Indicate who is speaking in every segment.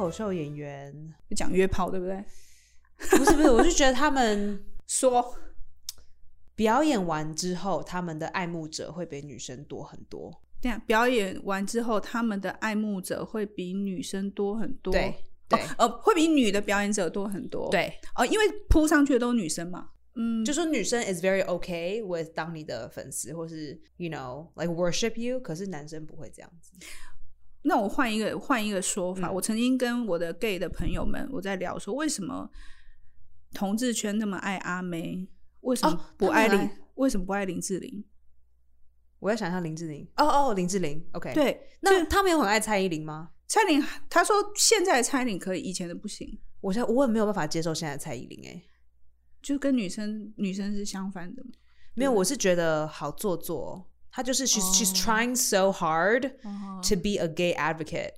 Speaker 1: 呃秀演员，
Speaker 2: 讲约炮对不对？
Speaker 1: 不是不是，我是觉得他们
Speaker 2: 说
Speaker 1: 表演完之后，他们的爱慕者会比女生多很多。
Speaker 2: 这样表演完之后，他们的爱慕者会比女生多很多。
Speaker 1: 对对、
Speaker 2: 哦，呃，会比女的表演者多很多。，
Speaker 1: 对，
Speaker 2: 哦，因为扑上去的都是女生嘛。嗯，
Speaker 1: 就说女生 is very okay with 当你的粉丝，或是 you know like worship you，可是男生不会这样子。
Speaker 2: 那我换一个换一个说法，
Speaker 1: 嗯
Speaker 2: 我曾经跟我的 gay 的朋友们我在聊说，为什么同志圈那么爱阿妹，为什
Speaker 1: 哦
Speaker 2: 么不爱
Speaker 1: 他
Speaker 2: 林，
Speaker 1: 们爱
Speaker 2: 为什么不爱林志玲？
Speaker 1: 我要想象林志玲，哦哦，林志玲，OK，，
Speaker 2: 对，
Speaker 1: 那他们有很爱蔡依林吗？
Speaker 2: 蔡玲她说现在的蔡玲可以，以前的不行，
Speaker 1: 我现在我也没有办法接受现在的蔡依林、欸，
Speaker 2: 就跟女生女生是相反的嘛。
Speaker 1: 没有，我是觉得好做作哦，她就是 she's、she's
Speaker 2: 哦
Speaker 1: trying so hard。to be a gay advocate.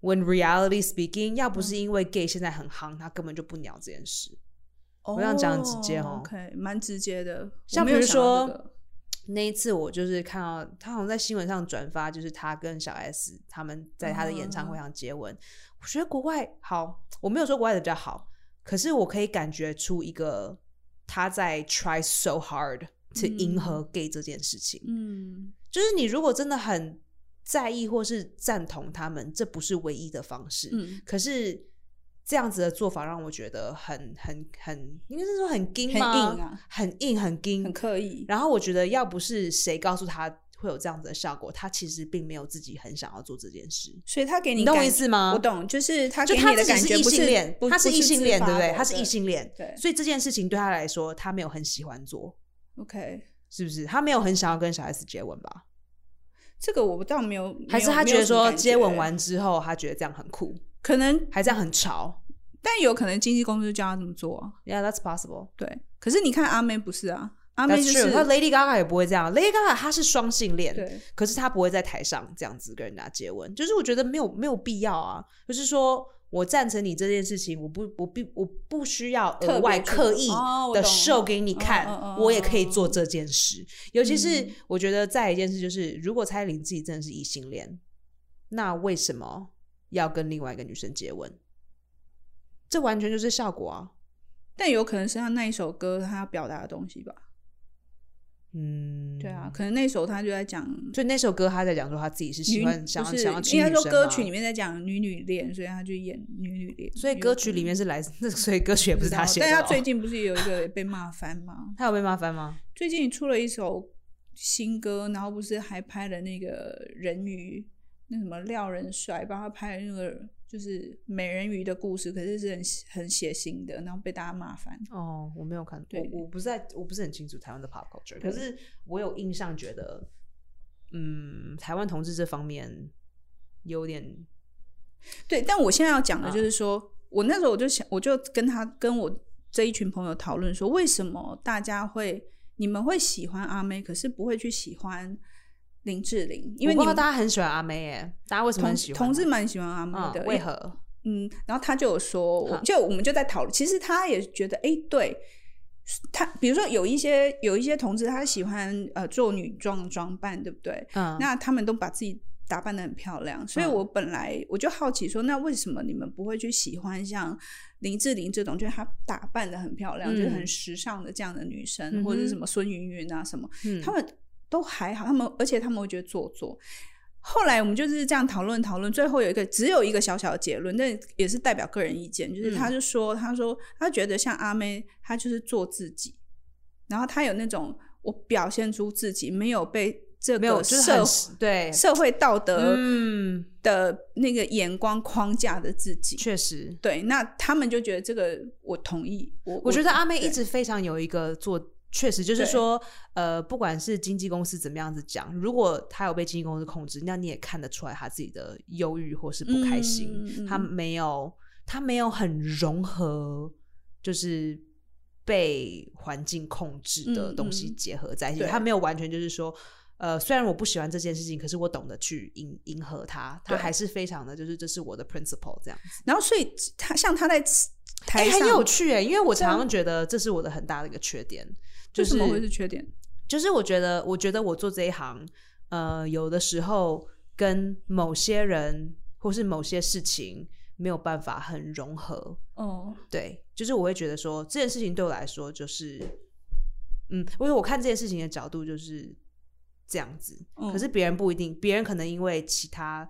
Speaker 1: When reality speaking，要不是因为 gay 现在很夯，他根本就不鸟这件事。
Speaker 2: 哦
Speaker 1: 我想讲很直接哦
Speaker 2: OK，蛮直接的。
Speaker 1: 像
Speaker 2: 我没
Speaker 1: 比
Speaker 2: 有
Speaker 1: 如
Speaker 2: 想到
Speaker 1: 说
Speaker 2: 这个
Speaker 1: 那一次我就是看到他好像在新闻上转发，就是他跟小 S 他们在他的演唱会
Speaker 2: 哦
Speaker 1: 上接吻。我觉得国外好，我没有说国外的比较好，可是我可以感觉出一个他在 try so hard to
Speaker 2: 嗯
Speaker 1: 迎合 gay 这件事情。
Speaker 2: 嗯，
Speaker 1: 就是你如果真的很在意或是赞同他们，这不是唯一的方式。
Speaker 2: 嗯，
Speaker 1: 可是这样子的做法让我觉得很很很，应该是说很硬
Speaker 2: 很
Speaker 1: 吗？
Speaker 2: 硬啊，
Speaker 1: 很硬，很硬
Speaker 2: 很。刻意。
Speaker 1: 然后我觉得，要不是谁告诉他会有这样子的效果，他其实并没有自己很想要做这件事。
Speaker 2: 所以他给
Speaker 1: 你
Speaker 2: 你
Speaker 1: 懂我
Speaker 2: 感
Speaker 1: 意思吗？
Speaker 2: 我。懂，就是他
Speaker 1: 就
Speaker 2: 给
Speaker 1: 他
Speaker 2: 你的
Speaker 1: 自己
Speaker 2: 感觉
Speaker 1: 是异
Speaker 2: 不
Speaker 1: 性恋
Speaker 2: 不，
Speaker 1: 他是异性恋，对不对？他是异。
Speaker 2: 不自发的
Speaker 1: 性恋，
Speaker 2: 对
Speaker 1: 所以这件事情对他来说，他没有很喜欢做，
Speaker 2: OK，
Speaker 1: 是不是？他没有很想要跟小 S 接吻吧？
Speaker 2: 这个我倒没有，
Speaker 1: 还是
Speaker 2: 没有
Speaker 1: 他觉得说接吻，
Speaker 2: 没有什么感
Speaker 1: 完之后，他觉得这样很酷，
Speaker 2: 觉可能，
Speaker 1: 还这样很潮
Speaker 2: 但有可能经纪公司叫他这么做啊。
Speaker 1: ？Yeah, that's possible.
Speaker 2: 对，可是你看阿妹不是啊，阿妹
Speaker 1: That's
Speaker 2: 就
Speaker 1: true，
Speaker 2: 是
Speaker 1: 他 Lady Gaga 也不会这样。Lady Gaga 她是双性恋，
Speaker 2: 对，
Speaker 1: 可是她不会在台上这样子跟人家接吻，就是我觉得没有没有必要啊。就是说我赞成你这件事情，我不我必我不需要额外刻意的 show 给你看，
Speaker 2: 哦嗯嗯嗯嗯
Speaker 1: 我也可以做这件事。尤其是
Speaker 2: 嗯
Speaker 1: 我觉得再一件事就是，如果蔡依林自己真的是异性恋，那为什么要跟另外一个女生接吻？这完全就是效果啊。
Speaker 2: 但有可能是他那一首歌他要表达的东西吧。
Speaker 1: 嗯，
Speaker 2: 对啊，可能那首他就在讲
Speaker 1: 所以那首歌他在讲说他自己是喜
Speaker 2: 女，
Speaker 1: 欢想要
Speaker 2: 不是
Speaker 1: 想要亲
Speaker 2: 应该
Speaker 1: 女
Speaker 2: 说
Speaker 1: 生
Speaker 2: 歌
Speaker 1: 嘛
Speaker 2: 曲里面在讲女女恋，所以他就演女女恋。
Speaker 1: 所以歌曲里面是来自， 那所以歌曲也不是他
Speaker 2: 他
Speaker 1: 写的、
Speaker 2: 但
Speaker 1: 哦。
Speaker 2: 他最近不是有一个被骂翻吗？
Speaker 1: 他有被麻烦吗？
Speaker 2: 最近出了一首新歌，然后不是还拍了那个人鱼，那什么廖仁帅帮他拍了那个就是美人鱼的故事，可是是很很血腥的，然后被大家骂翻。
Speaker 1: 哦，我没有看，
Speaker 2: 对
Speaker 1: 我我不是在，我不是很清楚台湾的 pop culture，可是我有印象觉得，嗯，台湾同志这方面有点
Speaker 2: 对，但我现在要讲
Speaker 1: 嗯
Speaker 2: 的就是说，我那时候我就想，我就跟他跟我这一群朋友讨论说，为什么大家会你们会喜欢阿妹，可是不会去喜欢林志玲，因为
Speaker 1: 我不
Speaker 2: 你
Speaker 1: 知道
Speaker 2: 们
Speaker 1: 大家很喜欢阿妹耶，大家为什么
Speaker 2: 同
Speaker 1: 很喜
Speaker 2: 志
Speaker 1: 欢
Speaker 2: 同志
Speaker 1: 吗
Speaker 2: 蛮喜欢阿妹的，
Speaker 1: 嗯，为何？
Speaker 2: 嗯，然后他就有说，我
Speaker 1: 好
Speaker 2: 就我们就在讨论，其实他也觉得，哎，对，他比如说有一些有一些同志，他喜欢呃做女装装扮，对不对？
Speaker 1: 嗯，
Speaker 2: 那他们都把自己打扮的很漂亮，所以
Speaker 1: 嗯
Speaker 2: 我本来我就好奇说，那为什么你们不会去喜欢像林志玲这种，就是她打扮的很漂亮，
Speaker 1: 嗯
Speaker 2: 就是很时尚的这样的女生，
Speaker 1: 嗯哼
Speaker 2: 或者是什么孙芸芸啊什么，
Speaker 1: 嗯
Speaker 2: 他们都还好，他们而且他们会觉得做作。后来我们就是这样讨论讨论，最后有一个只有一个小小的结论，但也是代表个人意见，就是
Speaker 1: 嗯
Speaker 2: 他就说，他说他觉得像阿妹，她就是做自己，然后她有那种我表现出自己没有被这
Speaker 1: 没有，
Speaker 2: 个
Speaker 1: 就是
Speaker 2: 社
Speaker 1: 很
Speaker 2: 会
Speaker 1: 对，
Speaker 2: 社会道德
Speaker 1: 嗯，
Speaker 2: 的那个眼光框架的自己。
Speaker 1: 确实，
Speaker 2: 对，那他们就觉得这个我同意，我
Speaker 1: 我觉得阿妹一
Speaker 2: 对
Speaker 1: 直非常有一个做，确实就是
Speaker 2: 对
Speaker 1: 说，呃，不管是经纪公司怎么样子讲，如果她有被经纪公司控制，那你也看得出来她自己的忧郁或是不开心，
Speaker 2: 嗯嗯嗯
Speaker 1: 她没有，她没有很融合，就是。被环境控制的
Speaker 2: 嗯
Speaker 1: 东西
Speaker 2: 嗯
Speaker 1: 结合在一起，
Speaker 2: 对
Speaker 1: 她没有完全就是说，呃，虽然我不喜欢这件事情，可是我懂得去迎迎合它，她
Speaker 2: 对
Speaker 1: 还是非常的就是这是我的 principle 这样子。
Speaker 2: 然后所以他像他在
Speaker 1: 哎、
Speaker 2: 台上、
Speaker 1: 很有趣哎，因为我常
Speaker 2: 对
Speaker 1: 常觉得这是我的很大的一个缺点，就
Speaker 2: 为什
Speaker 1: 是
Speaker 2: 么会是缺点？
Speaker 1: 就是我觉得，我觉得我做这一行，呃，有的时候跟某些人或是某些事情没有办法很融合。
Speaker 2: 哦，
Speaker 1: 对，就是我会觉得说这件事情对我来说就是，嗯，因为我看这件事情的角度就是这样子，
Speaker 2: 嗯
Speaker 1: 可是别人不一定，别人可能因为其他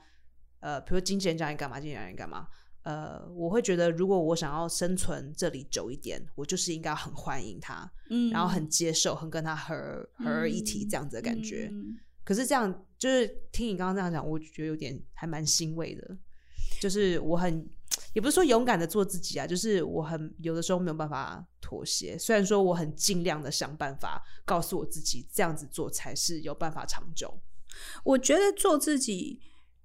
Speaker 1: 呃，比如说经纪人叫你干嘛，经纪人干嘛。呃，我会觉得，如果我想要生存这里久一点，我就是应该很欢迎他，
Speaker 2: 嗯，
Speaker 1: 然后很接受，很跟他合合而一体这样子的感觉。
Speaker 2: 嗯
Speaker 1: 可是这样，就是听你刚刚这样讲，我觉得有点还蛮欣慰的。就是我很，也不是说勇敢的做自己啊，就是我很有的时候没有办法妥协。虽然说我很尽量的想办法告诉我自己，这样子做才是有办法长久。
Speaker 2: 我觉得做自己，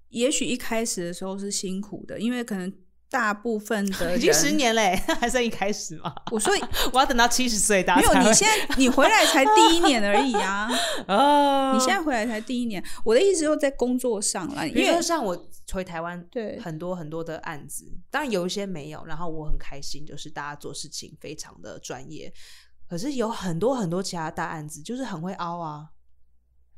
Speaker 2: 也许一开始的时候是辛苦的，因为可能大部分的 人
Speaker 1: 已经十，年嘞、还算一开始嘛。
Speaker 2: 我说
Speaker 1: 我要等到七十岁，大
Speaker 2: 没
Speaker 1: 家才会
Speaker 2: 有，你现在你回来才第一年而已 啊，
Speaker 1: 哦，
Speaker 2: 你现在回来才第一年。我的意思说在工作上啦，
Speaker 1: 比
Speaker 2: 因
Speaker 1: 如说
Speaker 2: 为
Speaker 1: 像我回台湾，
Speaker 2: 对
Speaker 1: 很多很多的案子，当然有一些没有，然后我很开心，就是大家做事情非常的专业。可是有很多很多其他大案子，就是很会凹啊，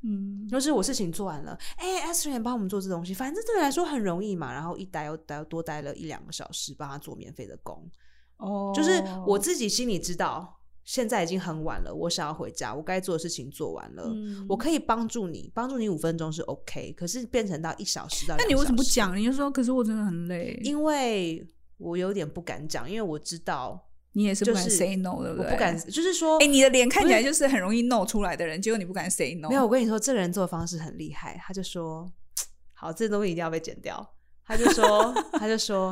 Speaker 2: 嗯，
Speaker 1: 就是我事情做完了，哎、a s t r i n 帮我们做这东西，反正对你来说很容易嘛，然后一待又待又多待了一两个小时，帮他做免费的工，
Speaker 2: 哦，
Speaker 1: 就是我自己心里知道，现在已经很晚了，我想要回家，我该做的事情做完了。
Speaker 2: 嗯
Speaker 1: 我可以帮助你，帮助你五分钟是 OK，可是变成到一小时到
Speaker 2: 那你
Speaker 1: 两
Speaker 2: 为什么不
Speaker 1: 小时
Speaker 2: 讲？你就说，可是我真的很累，
Speaker 1: 因为我有点不敢讲，因为我知道
Speaker 2: 你也是不
Speaker 1: 就
Speaker 2: 敢
Speaker 1: 是
Speaker 2: say no，对
Speaker 1: 我
Speaker 2: 不对？
Speaker 1: 不敢，就是说，
Speaker 2: 哎、你的脸看起来就是很容易 no 出来的人，结果你不敢 say no。
Speaker 1: 没有，我跟你说，这个人做的方式很厉害，他就说，好，这东西一定要被剪掉。他就说，他就说，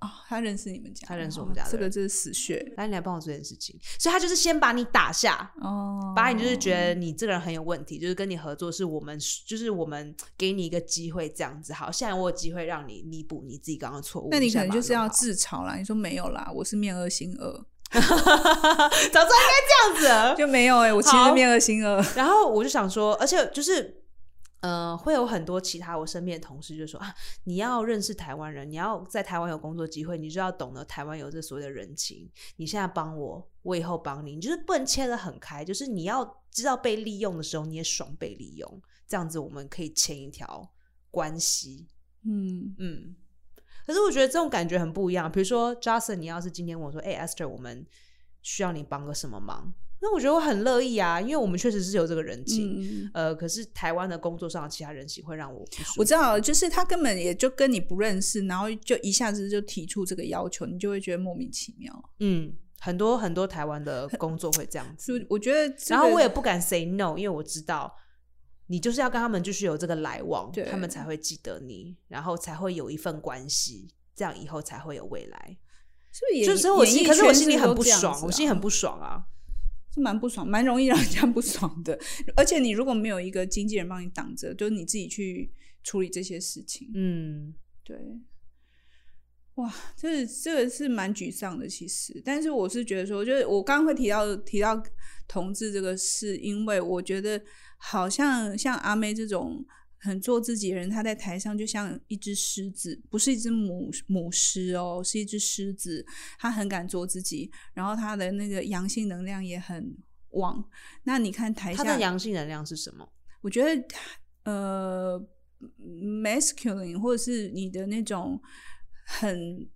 Speaker 2: 啊他认识你们家，
Speaker 1: 他认识我们家
Speaker 2: 哦
Speaker 1: 的
Speaker 2: 这个
Speaker 1: 人
Speaker 2: 就是死穴
Speaker 1: 来，你来帮我做件事情，所以他就是先把你打下。
Speaker 2: 哦。
Speaker 1: 把你就是觉得你这个人很有问题，就是跟你合作是我们就是我们给你一个机会这样子。好，现在我有机会让你弥补你自己刚刚的错误。
Speaker 2: 那你
Speaker 1: 现
Speaker 2: 可
Speaker 1: 在
Speaker 2: 能
Speaker 1: 把
Speaker 2: 就
Speaker 1: 它
Speaker 2: 是
Speaker 1: 弄
Speaker 2: 要
Speaker 1: 好
Speaker 2: 自嘲啦，你说没有啦，我是面恶心 恶，
Speaker 1: 早知道应该这样子了，
Speaker 2: 就没有哎、我其实
Speaker 1: 好
Speaker 2: 是面恶 心恶。
Speaker 1: 然后我就想说，而且就是，呃，会有很多其他我身边的同事就说啊，你要认识台湾人，你要在台湾有工作机会，你就要懂得台湾有这所谓的人情。你现在帮我，我以后帮你，你就是不能切得很开，就是你要知道被利用的时候，你也爽被利用，这样子我们可以牵一条关系。
Speaker 2: 嗯，
Speaker 1: 嗯，可是我觉得这种感觉很不一样。比如说，Jason，你要是今天问我说：“哎、e s t h e r 我们需要你帮个什么忙？”那我觉得我很乐意啊，因为我们确实是有这个人情。
Speaker 2: 嗯，
Speaker 1: 呃，可是台湾的工作上的其他人情会让我不舒服
Speaker 2: 我知道，就是他根本也就跟你不认识，然后就一下子就提出这个要求，你就会觉得莫名其妙。
Speaker 1: 嗯，很多很多台湾的工作会这样
Speaker 2: 所
Speaker 1: 子
Speaker 2: 以，我觉得、这个，
Speaker 1: 然后我也不敢 say no，因为我知道。你就是要跟他们继续有这个来往，
Speaker 2: 对
Speaker 1: 他们才会记得你，然后才会有一份关系，这样以后才会有未来。
Speaker 2: 是不是也
Speaker 1: 就是我心，可是我心里很不爽，我心里
Speaker 2: 很。
Speaker 1: 很不爽啊。
Speaker 2: 是蛮不爽，蛮容易让人家不爽的。而且你如果没有一个经纪人帮你挡着，就是你自己去处理这些事情。
Speaker 1: 嗯，
Speaker 2: 对，哇，这这个是蛮沮丧的，其实。但是我是觉得说，就是我刚刚会提到提到同志这个事，因为我觉得好像像阿妹这种。很做自己的人，她在台上就像一只狮子，不是一只母母狮哦，是一只狮子。她很敢做自己，然后她的那个阳性能量也很旺。那你看台
Speaker 1: 它
Speaker 2: 下，
Speaker 1: 的阳性能量是什么？
Speaker 2: 我觉得呃，masculine 或者是你的那种很，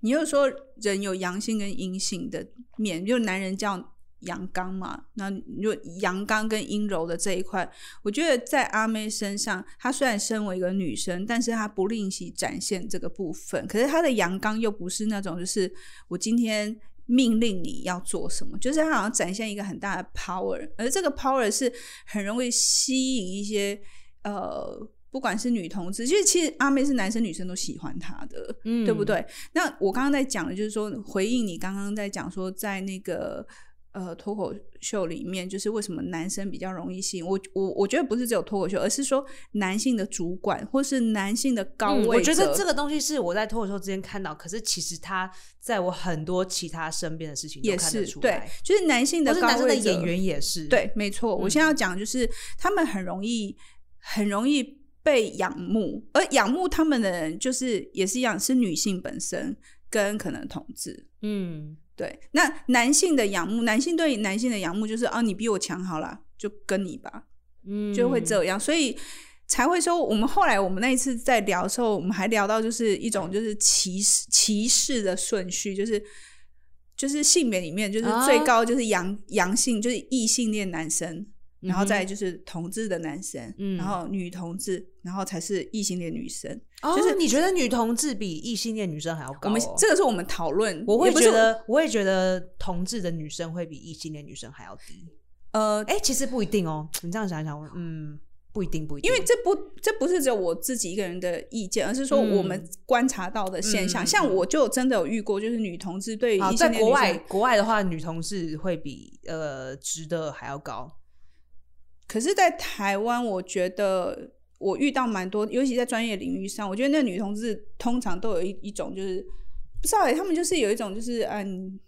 Speaker 2: 你又说人有阳性跟阴性的面，就男人叫阳刚嘛，那你就阳刚跟阴柔的这一块，我觉得在阿妹身上，她虽然身为一个女生，但是她不吝惜展现这个部分。可是她的阳刚又不是那种，就是我今天命令你要做什么，就是她好像展现一个很大的 power，而这个 power 是很容易吸引一些呃，不管是女同志，其实其实阿妹是男生女生都喜欢她的，
Speaker 1: 嗯
Speaker 2: 对不？对？那我刚刚在讲的就是说，回应你刚刚在讲说，在那个呃脱口秀里面，就是为什么男生比较容易吸引我？我我觉得不是只有脱口秀，而是说男性的主管或是男性的高位、
Speaker 1: 嗯，我觉得这个东西是我在脱口秀之前看到，可是其实它在我很多其他身边的事情都
Speaker 2: 也
Speaker 1: 看得
Speaker 2: 是
Speaker 1: 出
Speaker 2: 对
Speaker 1: 来，，
Speaker 2: 就是男性
Speaker 1: 或
Speaker 2: 的
Speaker 1: 是
Speaker 2: 高
Speaker 1: 男生的
Speaker 2: 位者
Speaker 1: 演员也嗯是。
Speaker 2: 对，没错。我现在要讲就是，他们很容易，很容易被仰慕，而仰慕他们的人，就是也是一样，是女性本身跟可能同志。
Speaker 1: 嗯，
Speaker 2: 对，那男性的仰慕，男性对男性的仰慕就是啊，你比我强好啦，就跟你吧，
Speaker 1: 嗯
Speaker 2: 就会这样。所以才会说，我们后来我们那一次在聊的时候，我们还聊到就是一种就是歧视歧视的顺序，就是就是性别里面就是
Speaker 1: 啊
Speaker 2: 最高就是阳阳、性就是异性恋男生，然后
Speaker 1: 嗯哼
Speaker 2: 再就是同志的男生，
Speaker 1: 嗯
Speaker 2: 然后女同志，然后才是异性恋女生。
Speaker 1: 哦，
Speaker 2: 就是
Speaker 1: 你觉得女同志比异性恋女生还要高、哦
Speaker 2: 我们这个是我们讨论，
Speaker 1: 我会
Speaker 2: 也不是
Speaker 1: 觉得，我会觉得同志的女生会比异性恋女生还要低。
Speaker 2: 呃，
Speaker 1: 哎、其实不一定哦。你这样想一想，我嗯，不一定，不一定。
Speaker 2: 因为这不这不是只有我自己一个人的意见，而是说
Speaker 1: 嗯
Speaker 2: 我们观察到的现
Speaker 1: 嗯
Speaker 2: 象。
Speaker 1: 嗯
Speaker 2: 像我就真的有遇过，就是女同志对于
Speaker 1: 好，
Speaker 2: 异性
Speaker 1: 在
Speaker 2: 恋
Speaker 1: 国
Speaker 2: 女
Speaker 1: 外
Speaker 2: 生，
Speaker 1: 国外的话，女同志会比呃直的还要高。
Speaker 2: 可是，在台湾，我觉得我遇到蛮多，尤其在专业领域上，我觉得那女同志通常都有一一种就是不知道、欸，他们就是有一种就是嗯，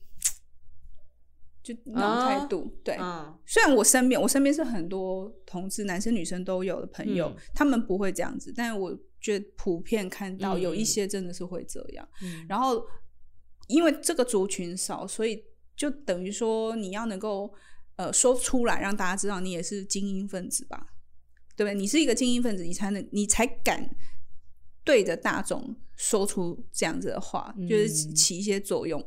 Speaker 2: 就那种
Speaker 1: 啊
Speaker 2: 态度。对，
Speaker 1: 嗯，
Speaker 2: 虽然我身边我身边是很多同志，男生女生都有的朋友，
Speaker 1: 嗯
Speaker 2: 他们不会这样子，但我觉得普遍看到
Speaker 1: 嗯
Speaker 2: 有一
Speaker 1: 嗯
Speaker 2: 些真的是会这样。
Speaker 1: 嗯
Speaker 2: 然后因为这个族群少，所以就等于说你要能够呃说出来，让大家知道你也是精英分子吧，对不对？你是一个精英分子，你才能你才敢对着大众说出这样子的话，就是起
Speaker 1: 嗯
Speaker 2: 起一些作用。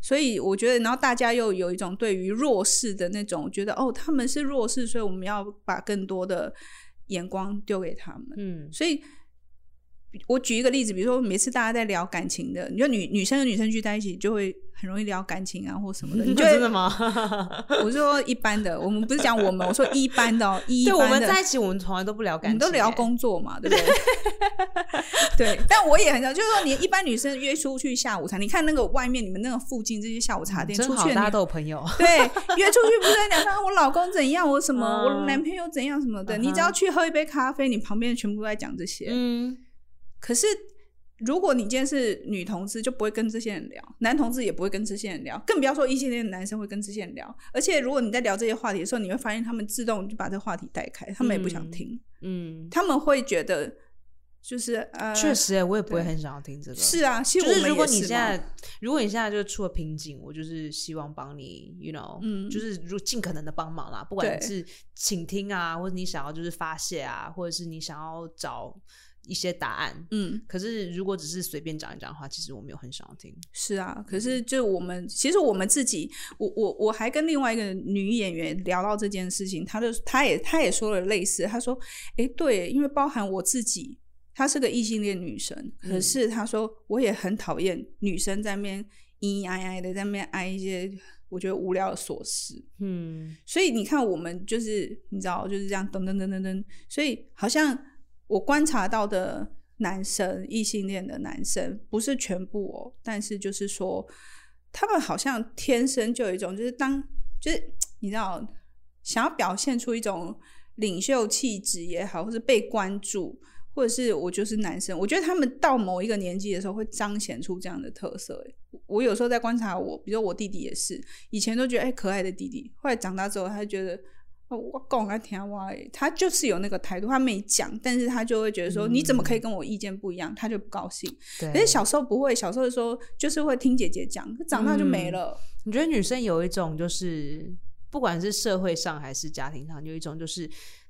Speaker 2: 所以我觉得，然后大家又有一种对于弱势的那种觉得哦，他们是弱势，所以我们要把更多的眼光丢给他们。
Speaker 1: 嗯
Speaker 2: 所以，我举一个例子，比如说每次大家在聊感情的，你就女女生跟女生聚在一起，就会很容易聊感情啊或什么的。你 就
Speaker 1: 真
Speaker 2: 会
Speaker 1: 的吗？
Speaker 2: 我是说一般的，我们不是讲我们，我说一般的、哦，一
Speaker 1: 对，
Speaker 2: 般的。
Speaker 1: 我们在一起，我们从来都不聊
Speaker 2: 我
Speaker 1: 感
Speaker 2: 们
Speaker 1: 情、
Speaker 2: 都聊
Speaker 1: 欸。
Speaker 2: 工作嘛，对 不对？对，但我也很想，就是说，你一般女生约出去下午茶，你看那个外面，你们那个附近这些下午茶店，
Speaker 1: 嗯真
Speaker 2: 出
Speaker 1: 好，
Speaker 2: 去的
Speaker 1: 大家
Speaker 2: 女
Speaker 1: 都有朋友。
Speaker 2: 对，约出去不是在讲啊，我老公怎样，我什么，
Speaker 1: 嗯
Speaker 2: 我男朋友怎样什么的。你只
Speaker 1: 嗯
Speaker 2: 要
Speaker 1: 哼
Speaker 2: 去喝一杯咖啡，你旁边全部都在讲这些。
Speaker 1: 嗯，
Speaker 2: 可是如果你今天是女同志，就不会跟这些人聊；男同志也不会跟这些人聊，更不要说异性恋的男生会跟这些人聊。而且如果你在聊这些话题的时候，你会发现他们自动就把这话题带开，他们也不想
Speaker 1: 嗯
Speaker 2: 听，
Speaker 1: 嗯，
Speaker 2: 他们会觉得就是呃，
Speaker 1: 确实、欸，我也不会
Speaker 2: 对
Speaker 1: 很想要听这个。
Speaker 2: 是啊，其实
Speaker 1: 就
Speaker 2: 我
Speaker 1: 是
Speaker 2: 们
Speaker 1: 如果
Speaker 2: 也
Speaker 1: 你
Speaker 2: 是
Speaker 1: 现
Speaker 2: 嘛
Speaker 1: 在，如果你现在就出了瓶颈，我就是希望帮你，you know，
Speaker 2: 嗯
Speaker 1: 就是如尽可能的帮忙啦，不管
Speaker 2: 对
Speaker 1: 是倾听啊，或者你想要就是发泄啊，或者是你想要找一些答案。
Speaker 2: 嗯。
Speaker 1: 可是如果只是随便讲一讲的话，其实我没有很想要听。
Speaker 2: 是啊，可是就我们，其实我们自己，我我我还跟另外一个女演员聊到这件事情，她就她也她也说了类似，她说，诶，对，因为包含我自己，她是个异性恋女生，
Speaker 1: 嗯
Speaker 2: 可是她说我也很讨厌女生在那边咿咿呀呀的在那边挨一些我觉得无聊的琐事，
Speaker 1: 嗯
Speaker 2: 所以你看，我们就是你知道，就是这样噔噔噔噔噔，所以好像我观察到的男生，异性恋的男生不是全部哦，但是就是说，他们好像天生就有一种，就是当就是你知道，想要表现出一种领袖气质也好，或是被关注。或者是我就是男生，我觉得他们到某一个年纪的时候会彰显出这样的特色。欸我我有时候在观察我，比如我弟弟也是，以前都觉得哎、可爱的弟弟，后来长大之后，他就觉得、哦、我讲他听我的，他就是有那个态度，他没讲，但是他就会觉得说、
Speaker 1: 嗯
Speaker 2: 你怎么可以跟我意见不一样，他就不高兴。
Speaker 1: 对。
Speaker 2: 可是小时候不会，小时候的时候就是会听姐姐讲，可长大就
Speaker 1: 嗯
Speaker 2: 没了。
Speaker 1: 你觉得女生有一种就是，不管是社会上还是家庭上，有一种就是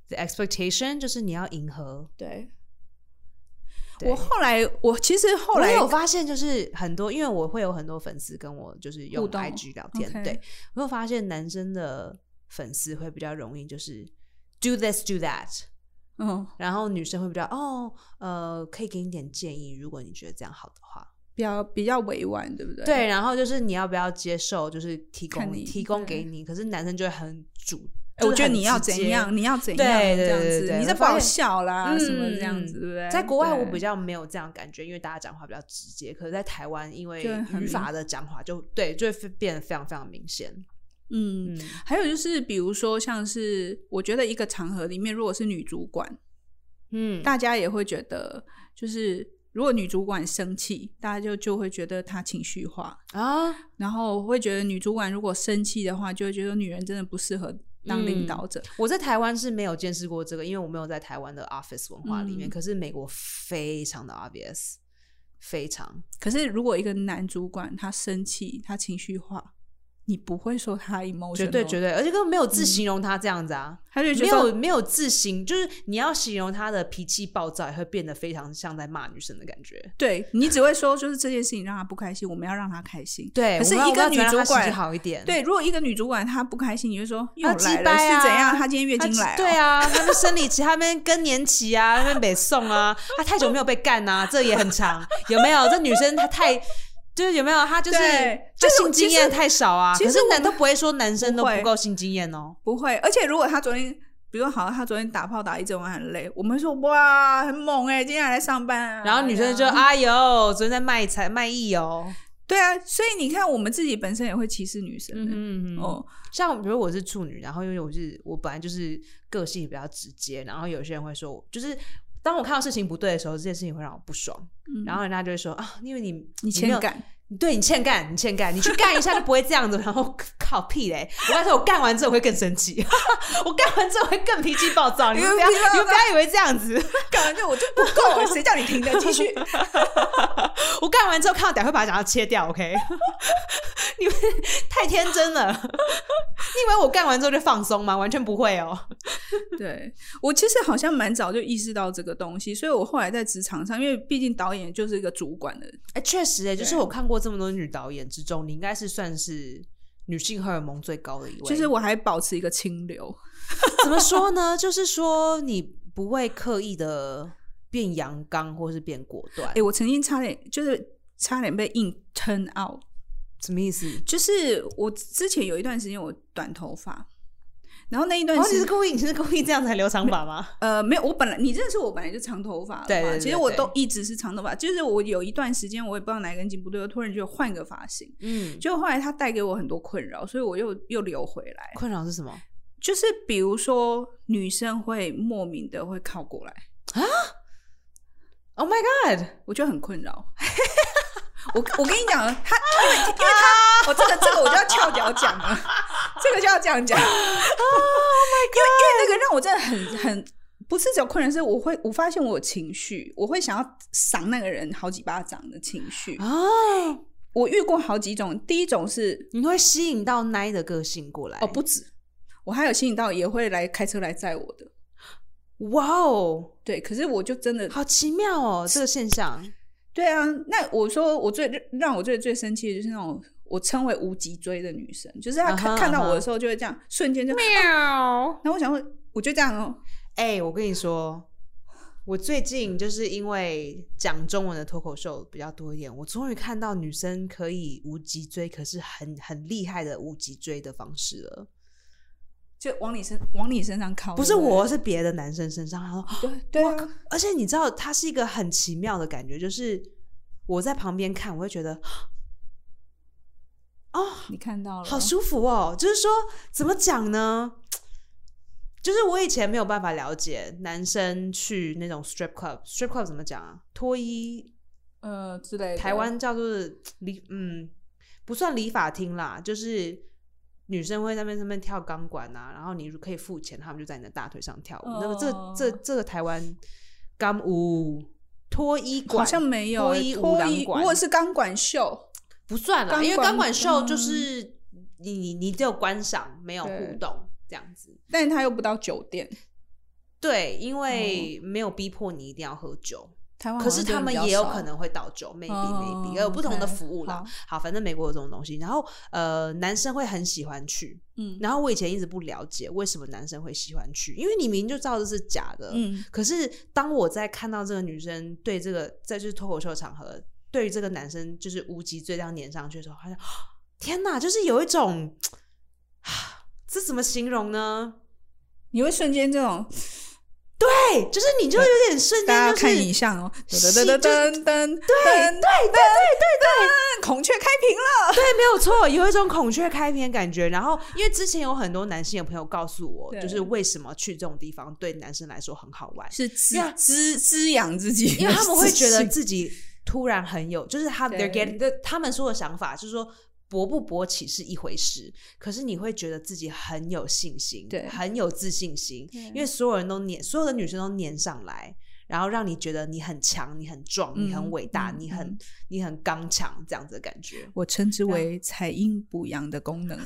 Speaker 1: the expectation，就是你要迎合。
Speaker 2: 对
Speaker 1: 对
Speaker 2: 我后来，我其实后来
Speaker 1: 我有发现，就是很多，因为我会有很多粉丝跟我就是用
Speaker 2: 互动
Speaker 1: IG 聊天
Speaker 2: OK
Speaker 1: 对我有发现男生的粉丝会比较容易就是 do this do that，
Speaker 2: 嗯，
Speaker 1: 然后女生会比较哦呃可以给你点建议，如果你觉得这样好的话，
Speaker 2: 比较比较委婉，对不对？
Speaker 1: 对，然后就是你要不要接受，就是提
Speaker 2: 看
Speaker 1: 供
Speaker 2: 你
Speaker 1: 提供给
Speaker 2: 对
Speaker 1: 你，可是男生就会很主，
Speaker 2: 哎，我
Speaker 1: 就是
Speaker 2: 觉得
Speaker 1: 很
Speaker 2: 你要
Speaker 1: 直
Speaker 2: 怎
Speaker 1: 接
Speaker 2: 样，你要怎样，
Speaker 1: 对对
Speaker 2: 这样
Speaker 1: 对对
Speaker 2: 子，
Speaker 1: 对
Speaker 2: 你
Speaker 1: 我
Speaker 2: 这不
Speaker 1: 发
Speaker 2: 好
Speaker 1: 现
Speaker 2: 笑啦，
Speaker 1: 嗯
Speaker 2: 什么这样子，对不对？
Speaker 1: 在国外我
Speaker 2: 对
Speaker 1: 比较没有这样感觉，因为大家讲话比较直接，可是，在台湾因为
Speaker 2: 就很
Speaker 1: 语
Speaker 2: 明
Speaker 1: 法的讲法就对，就会变得非常非常明显。
Speaker 2: 嗯
Speaker 1: 嗯，
Speaker 2: 还有就是，比如说像是我觉得一个场合里面，如果是女主管，
Speaker 1: 嗯，
Speaker 2: 大家也会觉得，就是如果女主管生气，大家就就会觉得她情绪化，
Speaker 1: 啊，
Speaker 2: 然后会觉得女主管如果生气的话，就会觉得女人真的不适合当
Speaker 1: 嗯
Speaker 2: 领导者。
Speaker 1: 我在台湾是没有见识过这个，因为我没有在台湾的 office 文化里面。
Speaker 2: 嗯
Speaker 1: 可是美国非常的 obvious，非常
Speaker 2: 可是如果一个男主管他生气，他情绪化，你不会说他 emotion，
Speaker 1: 绝对绝对，而且根本没有字形容他这样子啊，
Speaker 2: 他哦嗯就觉
Speaker 1: 没
Speaker 2: 得说
Speaker 1: 有没有字形，就是你要形容他的脾气暴躁，也会变得非常像在骂女生的感觉。
Speaker 2: 对你只会说就是这件事情让他不开心，我们要让他开心。
Speaker 1: 对，
Speaker 2: 可是
Speaker 1: 我们要
Speaker 2: 一个
Speaker 1: 我们
Speaker 2: 女
Speaker 1: 要怎么让他
Speaker 2: 主
Speaker 1: 心
Speaker 2: 管
Speaker 1: 情好一点，
Speaker 2: 对，如果一个女主管她不开心，你就说又
Speaker 1: 她鸡
Speaker 2: 来了、
Speaker 1: 掰啊
Speaker 2: 是怎样？她今天月
Speaker 1: 他
Speaker 2: 经来、哦
Speaker 1: 对，啊，他们生理期，他们更年期啊，他们北宋啊，他太久没有被干啊，这也很长，有没有？这女生她太就是有没有？她就是
Speaker 2: 对
Speaker 1: 她
Speaker 2: 就是
Speaker 1: 性经验
Speaker 2: 其实
Speaker 1: 太少啊。
Speaker 2: 其
Speaker 1: 可
Speaker 2: 实
Speaker 1: 是
Speaker 2: 我
Speaker 1: 男
Speaker 2: 们
Speaker 1: 都不会说男生都
Speaker 2: 不会
Speaker 1: 不够性经验哦。
Speaker 2: 不会。而且如果她昨天，比如说好，她昨天打炮打一整晚很累，我们会说哇很猛哎、今天还来上班啊。
Speaker 1: 然后女生就
Speaker 2: 哎呀
Speaker 1: 哎呦，昨天在卖菜卖艺哦。
Speaker 2: 对啊，所以你看我们自己本身也会歧视女生、欸。
Speaker 1: 嗯嗯哦，
Speaker 2: 哦，
Speaker 1: 像比如我是处女，然后因为我是我本来就是个性比较直接，然后有些人会说我，就是当我看到事情不对的时候，这件事情会让我不爽，
Speaker 2: 嗯
Speaker 1: 然后人家就会说啊，因为你
Speaker 2: 你
Speaker 1: 没
Speaker 2: 欠
Speaker 1: 有
Speaker 2: 感，
Speaker 1: 对你欠干，你欠干，你去干一下就不会这样子。然后靠屁嘞！我刚才我干完之后会更生气，我干完之后会更脾气暴躁。你们不要，
Speaker 2: 你们不
Speaker 1: 你
Speaker 2: 要
Speaker 1: 们不要以为这样子，
Speaker 2: 干完就我就不够，啊谁叫你停的？继续，
Speaker 1: 我干完之后看到等下会把想要切掉。OK，你们太天真了。你以为我干完之后就放松吗？完全不会哦。
Speaker 2: 对我其实好像蛮早就意识到这个东西，所以我后来在职场上，因为毕竟导演就是一个主管的，
Speaker 1: 哎、确实、哎，就是
Speaker 2: 对
Speaker 1: 我看过这么多女导演之中，你应该是算是女性荷尔蒙最高的一位。
Speaker 2: 就是我还保持一个清流。
Speaker 1: 怎么说呢？就是说你不会刻意的变阳刚或是变果断。
Speaker 2: 哎、我曾经差点就是差点被硬 turn out，
Speaker 1: 什么意思？
Speaker 2: 就是我之前有一段时间我短头发，然后那一段
Speaker 1: 哦，
Speaker 2: 时
Speaker 1: 你
Speaker 2: 间、
Speaker 1: 是故意，你是故意这样才留长发吗？
Speaker 2: 呃，没有，我本来你认识我本来就长头发的嘛，
Speaker 1: 对对对
Speaker 2: 其实我
Speaker 1: 对
Speaker 2: 都一直是长头发，就是我有一段时间我也不知道哪根筋不对，我突然就换个发型，
Speaker 1: 嗯，
Speaker 2: 结果后来它带给我很多困扰，所以我又又留回来。
Speaker 1: 困扰是什么？
Speaker 2: 就是比如说，女生会莫名的会靠过来，
Speaker 1: Oh my god！
Speaker 2: 我就很困扰。 我我跟你讲，啊他因为因为他，我这个这个我就要翘脚讲了，这个就要这样讲。因为因为那个让我真的很很不是只有困扰，是我会我发现我有情绪，我会想要赏那个人好几巴掌的情绪。
Speaker 1: 啊，
Speaker 2: 我遇过好几种，第一种是
Speaker 1: 你会吸引到奶的个性过来
Speaker 2: 哦不止，我还有吸引到也会来开车来载我的，
Speaker 1: 哇哦，
Speaker 2: 对，可是我就真的
Speaker 1: 好奇妙哦，这个现象。
Speaker 2: 对啊，那我说我最让我最最生气的就是那种我称为无脊椎的女生，就是她
Speaker 1: 啊
Speaker 2: 看、
Speaker 1: 哈
Speaker 2: 看到
Speaker 1: 啊哈
Speaker 2: 我的时候就会这样，瞬间就，啊
Speaker 1: 喵！
Speaker 2: 然后我想说，我就这样哦，
Speaker 1: 哎，我跟你说，我最近就是因为讲中文的脱口秀比较多一点，我终于看到女生可以无脊椎，可是很很厉害的无脊椎的方式了。
Speaker 2: 就往你身往你身上靠，
Speaker 1: 不是我，是别的男生身上。然后
Speaker 2: 对不对，对
Speaker 1: 哇
Speaker 2: 啊，
Speaker 1: 而且你知道，它是一个很奇妙的感觉，就是我在旁边看，我会觉得 哦
Speaker 2: 你看到了，
Speaker 1: 好舒服哦。就是说，怎么讲呢？就是我以前没有办法了解男生去那种 strip club，strip club 怎么讲啊？脱衣，
Speaker 2: 呃之类的，
Speaker 1: 台湾叫做理，嗯，不算理发厅啦，就是女生会在那边上面跳钢管啊，然后你可以付钱，他们就在你的大腿上跳舞。那个
Speaker 2: 哦
Speaker 1: 这这这个台湾钢舞脱衣馆
Speaker 2: 好像没有
Speaker 1: 脱
Speaker 2: 欸
Speaker 1: 衣舞
Speaker 2: 脱
Speaker 1: 郎
Speaker 2: 衣，如
Speaker 1: 馆
Speaker 2: 果是钢管秀，
Speaker 1: 不算啦，
Speaker 2: 钢
Speaker 1: 因为
Speaker 2: 管
Speaker 1: 钢管秀就
Speaker 2: 嗯
Speaker 1: 是你你你只有观赏，没有互
Speaker 2: 对
Speaker 1: 动这样子。
Speaker 2: 但他又不到酒店，
Speaker 1: 对，因为
Speaker 2: 嗯
Speaker 1: 没有逼迫你一定要喝酒，
Speaker 2: 台湾
Speaker 1: 可是他们也有可能
Speaker 2: 会
Speaker 1: 会倒酒，maybe
Speaker 2: 哦
Speaker 1: maybe 有不同的
Speaker 2: OK，
Speaker 1: 服务啦
Speaker 2: 好。
Speaker 1: 好，反正美国有这种东西。然后呃，男生会很喜欢去，
Speaker 2: 嗯
Speaker 1: 然后我以前一直不了解为什么男生会喜欢去，因为你明明就知道这是假的，
Speaker 2: 嗯
Speaker 1: 可是当我在看到这个女生对这个在就是脱口秀场合对于这个男生就是无脊椎这样粘上去的时候，好像天哪，就是有一种 这怎么形容呢？
Speaker 2: 你会瞬间这种，
Speaker 1: 对，就是你就有点瞬
Speaker 2: 大
Speaker 1: 间
Speaker 2: 家
Speaker 1: 就
Speaker 2: 看
Speaker 1: 是
Speaker 2: 影像哦，噔
Speaker 1: 是
Speaker 2: 噔
Speaker 1: 就
Speaker 2: 噔噔噔，对对对对对对，孔雀开屏了，
Speaker 1: 对，没有错，有一种孔雀开屏的感觉。然后，因为之前有很多男性的朋友告诉我，
Speaker 2: 对
Speaker 1: 就是为什么去这种地方对男生来说很好玩，
Speaker 2: 是滋
Speaker 1: 呀
Speaker 2: 滋滋养自己的自信，
Speaker 1: 因为他们会觉得自己突然很有，就是他 they're
Speaker 2: 对
Speaker 1: getting 他们说的想法就是说。勃不勃起是一回事，可是你会觉得自己很有信心，
Speaker 2: 对
Speaker 1: 很有自信心
Speaker 2: 对，
Speaker 1: 因为所有人都黏，所有的女生都黏上来，然后让你觉得你很强、你很壮、你很
Speaker 2: 嗯
Speaker 1: 伟大、
Speaker 2: 嗯
Speaker 1: 你
Speaker 2: 嗯
Speaker 1: 很你很刚强这样子的感觉。
Speaker 2: 我称
Speaker 1: 啊
Speaker 2: 之为采阴补阳的功能。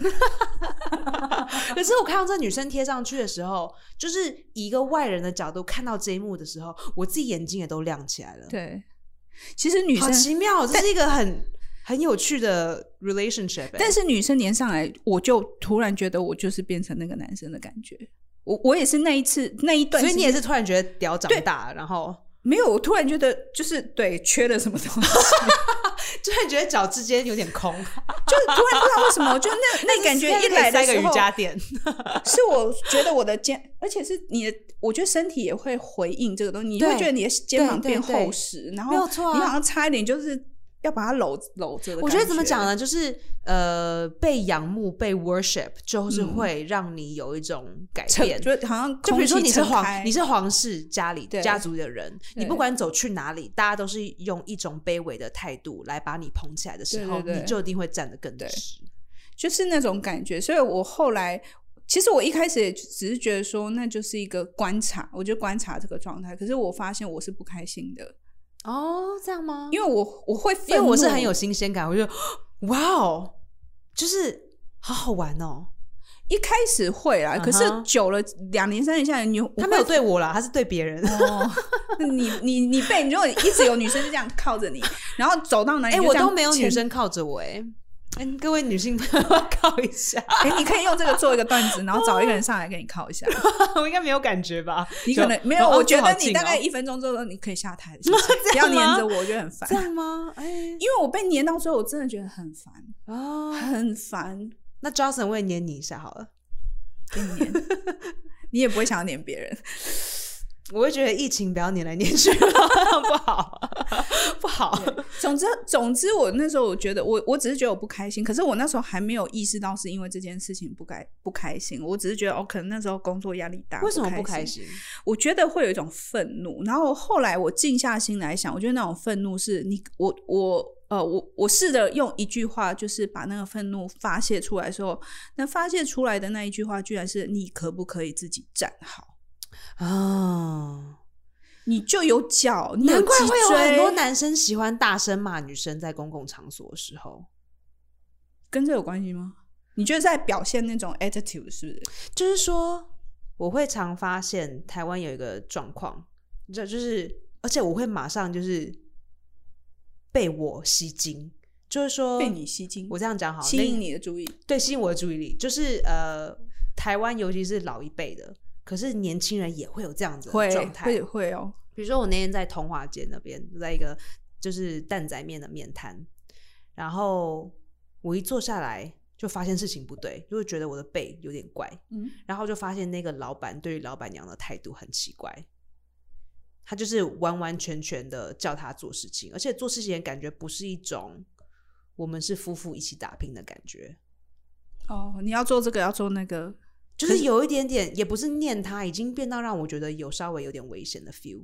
Speaker 1: 可是我看到这女生贴上去的时候，就是以一个外人的角度看到这一幕的时候，我自己眼睛也都亮起来了。，
Speaker 2: 对， 其实女
Speaker 1: 好
Speaker 2: 生，
Speaker 1: 奇妙，这是一个很很有趣的 relationship 欸、
Speaker 2: 但是女生粘上来，我就突然觉得我就是变成那个男生的感觉。我我也是那一次那一段
Speaker 1: 所
Speaker 2: 时
Speaker 1: 以
Speaker 2: 间，
Speaker 1: 你也是突然觉得屌长大，然后
Speaker 2: 没有，我突然觉得就是对缺了什么东西，
Speaker 1: 突然觉得脚之间有点 空，
Speaker 2: 就是突然不知道为什么，就那那感 觉
Speaker 1: 但是
Speaker 2: 一来
Speaker 1: 可
Speaker 2: 的
Speaker 1: 以塞
Speaker 2: 时
Speaker 1: 个瑜
Speaker 2: 候，
Speaker 1: 伽垫，
Speaker 2: 是我觉得我的肩，而且是你的，我觉得身体也会回应这个东西，你
Speaker 1: 对
Speaker 2: 会觉得你的肩膀
Speaker 1: 对对
Speaker 2: 变
Speaker 1: 对
Speaker 2: 厚实，然后
Speaker 1: 没有错啊
Speaker 2: 你好像差一点就是要把它搂搂着的
Speaker 1: 我觉得怎么
Speaker 2: 感
Speaker 1: 讲？呢？就是呃，被仰慕、被 worship，就是会让你有一种改变。
Speaker 2: 撑就好像
Speaker 1: 就比如说
Speaker 2: 空气
Speaker 1: 你是
Speaker 2: 撑开
Speaker 1: 皇，你是皇室家里
Speaker 2: 对
Speaker 1: 家族的人，你
Speaker 2: 对
Speaker 1: 不管走去哪里，大家都是用一种卑微的态度来把你捧起来的时候，
Speaker 2: 对对对
Speaker 1: 你就一定会站得更
Speaker 2: 对
Speaker 1: 直。
Speaker 2: 就是那种感觉。所以我后来，其实我一开始也只是觉得说，那就是一个观察，我就观察这个状态。可是我发现我是不开心的，
Speaker 1: 哦，这样吗？
Speaker 2: 因为我我会愤怒，
Speaker 1: 因为我是很有新鲜感，我就觉得哇哦，就是好好玩哦。
Speaker 2: 一开始会啦，
Speaker 1: 嗯哼
Speaker 2: 可是久了两年三年下来，你
Speaker 1: 他没有。
Speaker 2: 我会
Speaker 1: 对我啦，他是对别人。
Speaker 2: 哦，那你你你被你如果一直有女生就这样靠着你，然后走到哪里
Speaker 1: 哎、
Speaker 2: 就
Speaker 1: 我
Speaker 2: 这样
Speaker 1: 都没有女
Speaker 2: 牵，
Speaker 1: 生靠着我哎、嗯，各位女性朋友靠一 下，
Speaker 2: 哎、你可以用这个做一个段子，然后找一个人上来跟你靠一 下。
Speaker 1: 我应该没有感觉吧？
Speaker 2: 你可能没有，
Speaker 1: 哦
Speaker 2: 我觉
Speaker 1: 这好
Speaker 2: 得你
Speaker 1: 近
Speaker 2: 大
Speaker 1: 哦
Speaker 2: 概一分钟之后你可以下台 了，是不是不要
Speaker 1: 样吗
Speaker 2: 黏着我，我觉得很烦
Speaker 1: 这。样吗？哎、
Speaker 2: 因为我被黏到最后，我真的觉得很烦，
Speaker 1: 哦，
Speaker 2: 很烦。
Speaker 1: 那 Johnson 我也黏你一下好了。
Speaker 2: 被黏，你也不会想要黏别人。
Speaker 1: 我会觉得疫情不要黏来黏去，不好，不好。
Speaker 2: 总之，总之，我那时候我觉得我我只是觉得我不开心，可是我那时候还没有意识到是因为这件事情不该不开心，我只是觉得哦，可能那时候工作压力大，
Speaker 1: 为什么不
Speaker 2: 啊不
Speaker 1: 开
Speaker 2: 心？
Speaker 1: 心？
Speaker 2: 我觉得会有一种愤怒，然后后来我静下心来想，我觉得那种愤怒是你我我呃我我试着用一句话，就是把那个愤怒发泄出来的时候，那发泄出来的那一句话，居然是你可不可以自己站好？
Speaker 1: 啊，
Speaker 2: 你就有脚，你有
Speaker 1: 难怪
Speaker 2: 脊
Speaker 1: 会有很多
Speaker 2: 椎
Speaker 1: 男生喜欢大声骂女生在公共场所的时候，
Speaker 2: 跟这有关系吗？你觉得在表现那种 attitude 是不是？
Speaker 1: 就是说，我会常发现台湾有一个状况，这就是，而且我会马上就是被我吸睛，就是说
Speaker 2: 被你吸睛，
Speaker 1: 哦我这样讲好，
Speaker 2: 吸
Speaker 1: 那
Speaker 2: 引你的注意。
Speaker 1: 对，吸引我的注意力，就是呃，台湾尤其是老一辈的，可是年轻人也会有这样子的
Speaker 2: 会
Speaker 1: 状态。
Speaker 2: 会会哦，
Speaker 1: 比如说我那天在桐华街那边，在一个就是蛋仔面的面摊，然后我一坐下来就发现事情不对，就会觉得我的背有点怪，
Speaker 2: 嗯，
Speaker 1: 然后就发现那个老板对于老板娘的态度很奇怪，他就是完完全全的叫他做事情，而且做事情的感觉不是一种我们是夫妇一起打拼的感觉，
Speaker 2: 哦，你要做这个，要做那个，
Speaker 1: 就是有一点点，也不是念他，已经变到让我觉得有稍微有点危险的 feel，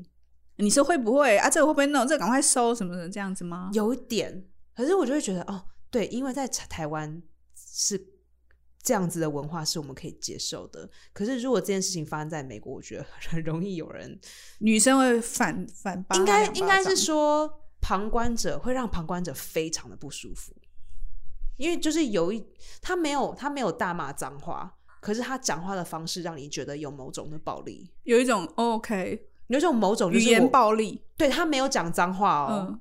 Speaker 2: 你是会不会啊？这个会不会弄？这个赶快收什么的，这样子吗？
Speaker 1: 有一点。可是我就会觉得，哦，对，因为在台湾是这样子的文化是我们可以接受的。可是如果这件事情发生在美国，我觉得很容易有人
Speaker 2: 女生会反反巴他
Speaker 1: 应该
Speaker 2: 两巴
Speaker 1: 应该是
Speaker 2: 掌
Speaker 1: 说旁观者会让旁观者非常的不舒服，因为就是有一他没有他没有大骂脏话，可是他讲话的方式让你觉得有某种的暴力，
Speaker 2: 有一种、哦 OK
Speaker 1: 有一种某种就
Speaker 2: 语
Speaker 1: 是
Speaker 2: 言
Speaker 1: 我
Speaker 2: 暴力，
Speaker 1: 对他没有讲脏话哦，
Speaker 2: 嗯，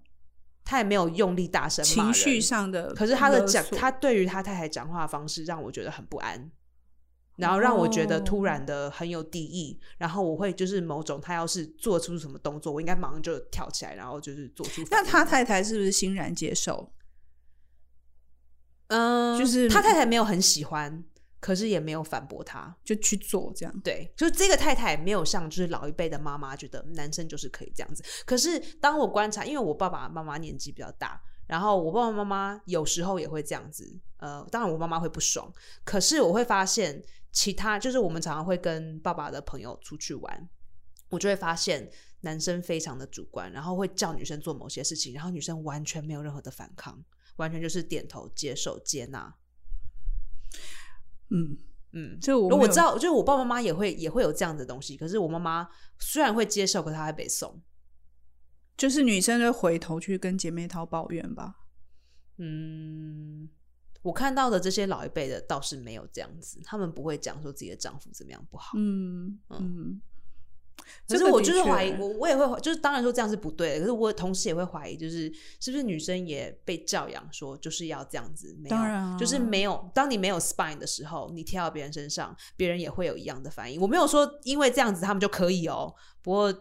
Speaker 1: 他也没有用力大声骂
Speaker 2: 情
Speaker 1: 人
Speaker 2: 绪，上的。
Speaker 1: 可是他的讲，他对于他太太讲话的方式让我觉得很不安，然后让我觉得
Speaker 2: 哦
Speaker 1: 突然的很有敌意，然后我会就是某种他要是做出什么动作，我应该马上就跳起来，然后就是做出反
Speaker 2: 那
Speaker 1: 应。
Speaker 2: 他太太是不是欣然接受？
Speaker 1: 嗯，
Speaker 2: 就是
Speaker 1: 他太太没有很喜欢，可是也没有反驳他。
Speaker 2: 就去做这样？
Speaker 1: 对，就是这个太太没有像就是老一辈的妈妈觉得男生就是可以这样子。可是当我观察，因为我爸爸妈妈年纪比较大，然后我爸爸妈妈有时候也会这样子。呃，当然我妈妈会不爽，可是我会发现其他就是我们常常会跟爸爸的朋友出去玩，我就会发现男生非常的主观，然后会叫女生做某些事情，然后女生完全没有任何的反抗，完全就是点头接受接纳。
Speaker 2: 嗯，
Speaker 1: 嗯，
Speaker 2: 这我
Speaker 1: 我我
Speaker 2: 没有
Speaker 1: 知道，就是我爸爸妈妈也会也会有这样的东西，可是我妈妈虽然会接受，可是她会被送。
Speaker 2: 就是女生就回头去跟姐妹淘抱怨吧。
Speaker 1: 嗯，我看到的这些老一辈的倒是没有这样子，他们不会讲说自己的丈夫怎么样不好。
Speaker 2: 嗯嗯，
Speaker 1: 可
Speaker 2: 这
Speaker 1: 是
Speaker 2: 个
Speaker 1: 我
Speaker 2: 的
Speaker 1: 就是
Speaker 2: 确
Speaker 1: 怀疑，我我也会怀就是当然说这样是不对的，可是我同时也会怀疑，就是是不是女生也被教养说就是要这样子，没有
Speaker 2: 当然啊
Speaker 1: 就是没有。当你没有 spine 的时候，你贴到别人身上，别人也会有一样的反应。我没有说因为这样子他们就可以哦，不过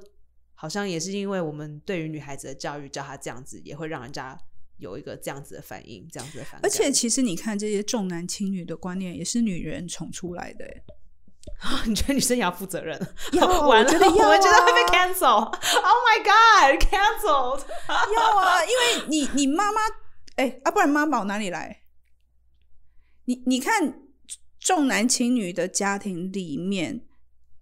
Speaker 1: 好像也是因为我们对于女孩子的教育，教她这样子，也会让人家有一个这样子的反应，这样子的反应。
Speaker 2: 而且其实你看这些重男轻女的观念也是女人宠出来的、欸，
Speaker 1: 你觉得女生也要负责任？
Speaker 2: 要 啊
Speaker 1: 完
Speaker 2: 我
Speaker 1: 了，
Speaker 2: 觉得要
Speaker 1: 我们觉得会被
Speaker 2: 啊
Speaker 1: cancel。Oh my god，cancel！
Speaker 2: 要啊，因为你你妈妈，哎、啊，不然妈宝哪里来？你你看重男轻女的家庭里面，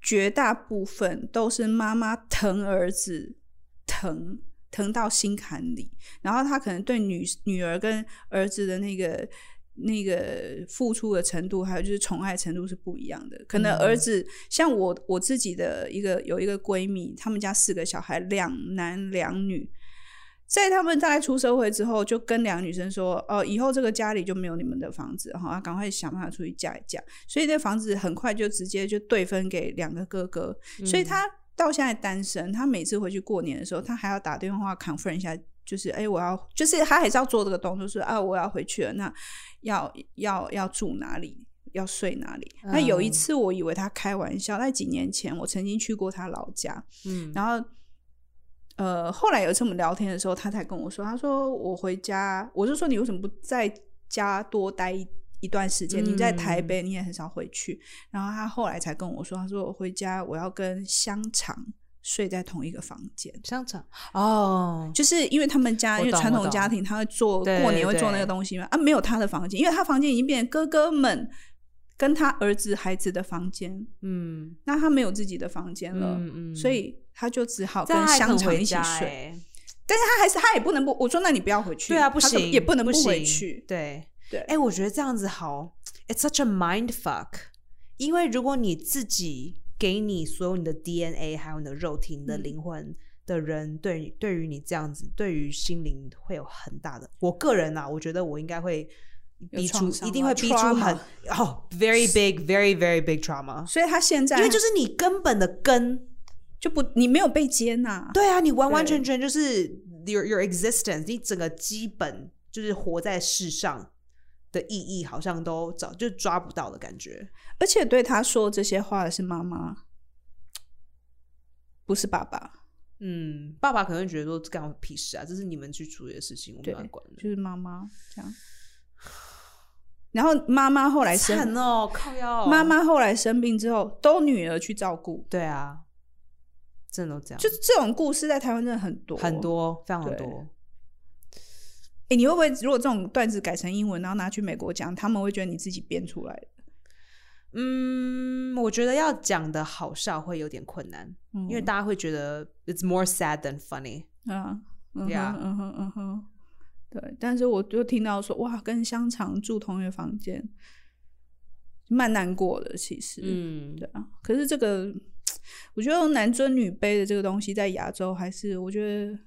Speaker 2: 绝大部分都是妈妈疼儿子，疼疼到心坎里，然后他可能对女女儿跟儿子的那个。那个付出的程度，还有就是宠爱程度是不一样的。可能
Speaker 1: 嗯
Speaker 2: 儿子、像我我自己的一个有一个闺蜜，他们家四个小孩，两男两女，在他们大概出社会之后，就跟两个女生说：“哦，以后这个家里就没有你们的房子，哈、啊赶快想办法出去嫁一嫁。”所以这房子很快就直接就对分给两个哥哥，所以他到现在单身。他每次回去过年的时候，他还要打电话 confirm 一下，就是哎、我要，就是他还是要做这个动作，说啊，我要回去了，那要要要住哪里？要睡哪里？那有一
Speaker 1: 嗯
Speaker 2: 次，我以为他开玩笑。那几年前，我曾经去过他老家，
Speaker 1: 嗯，
Speaker 2: 然后，呃，后来有一次我们聊天的时候，他才跟我说，他说我回家，我就说你为什么不在家多待一一段时间？你在台
Speaker 1: 嗯
Speaker 2: 北你也很少回去。然后他后来才跟我说，他说我回家我要跟香肠睡在同一个房间。
Speaker 1: 香肠哦，
Speaker 2: 就是因为他们家，
Speaker 1: 我
Speaker 2: 因为
Speaker 1: 懂
Speaker 2: 传
Speaker 1: 我
Speaker 2: 统家
Speaker 1: 懂
Speaker 2: 庭，他会做
Speaker 1: 对
Speaker 2: 过年会做那
Speaker 1: 对
Speaker 2: 个东西嘛啊，没有他的房间，因为他房间已经变成哥哥们跟他儿子孩子的房间，
Speaker 1: 嗯
Speaker 2: 那他没有自己的房间了，
Speaker 1: 嗯嗯，
Speaker 2: 所以他就只好
Speaker 1: 这
Speaker 2: 跟
Speaker 1: 样他还
Speaker 2: 香
Speaker 1: 肯
Speaker 2: 肠
Speaker 1: 回
Speaker 2: 一起
Speaker 1: 家
Speaker 2: 睡。
Speaker 1: 欸
Speaker 2: 但是他还是他也不能不，我说那你不要回去，
Speaker 1: 对啊，不
Speaker 2: 他可
Speaker 1: 行，
Speaker 2: 也不能
Speaker 1: 不行
Speaker 2: 回去。
Speaker 1: 对
Speaker 2: 对
Speaker 1: 哎、我觉得这样子好，it's such a mind fuck。因为如果你自己给你所有你的 DNA，还有你的肉体、你的
Speaker 2: 嗯
Speaker 1: 灵魂的人，对于对于你这样子，对于心灵会有很大的。我个人啊，我觉得我应该会
Speaker 2: 有
Speaker 1: 逼
Speaker 2: 创
Speaker 1: 出，
Speaker 2: 伤
Speaker 1: 一定
Speaker 2: 啊
Speaker 1: 会逼出很
Speaker 2: trauma
Speaker 1: 哦、very big, very very big trauma。
Speaker 2: 所以他现在
Speaker 1: 因为就是你根本的根，
Speaker 2: 就不你没有被接纳，
Speaker 1: 对啊，你完完
Speaker 2: 对
Speaker 1: 全全就是 your your existence，你整个基本就是活在世上的意义，好像都早就抓不到的感觉。
Speaker 2: 而且对他说这些话的是妈妈，不是爸爸，
Speaker 1: 嗯，爸爸可能会觉得说这干我屁事啊，这是你们去处理的事情，我们
Speaker 2: 对
Speaker 1: 要管的。
Speaker 2: 就是妈妈这样。然后妈妈后来
Speaker 1: 惨
Speaker 2: 生，
Speaker 1: 哦，靠腰哦，
Speaker 2: 妈妈后来生病之后，都女儿去照顾，
Speaker 1: 对啊，真的都这样，
Speaker 2: 就是这种故事在台湾真的很多
Speaker 1: 很。多，非常
Speaker 2: 对
Speaker 1: 多。
Speaker 2: 哎，你会不会如果这种段子改成英文，然后拿去美国讲，他们会觉得你自己编出来的？
Speaker 1: 嗯，我觉得要讲的好笑会有点困难，
Speaker 2: 嗯
Speaker 1: 因为大家会觉得 it's more sad than funny。
Speaker 2: 啊，嗯
Speaker 1: Yeah
Speaker 2: 哼，嗯哼，嗯哼，对。但是我就听到说，哇，跟香肠住同一个房间，蛮难过的，其实。，
Speaker 1: 嗯，
Speaker 2: 对啊。可是这个，我觉得男尊女卑的这个东西，在亚洲还是我觉得，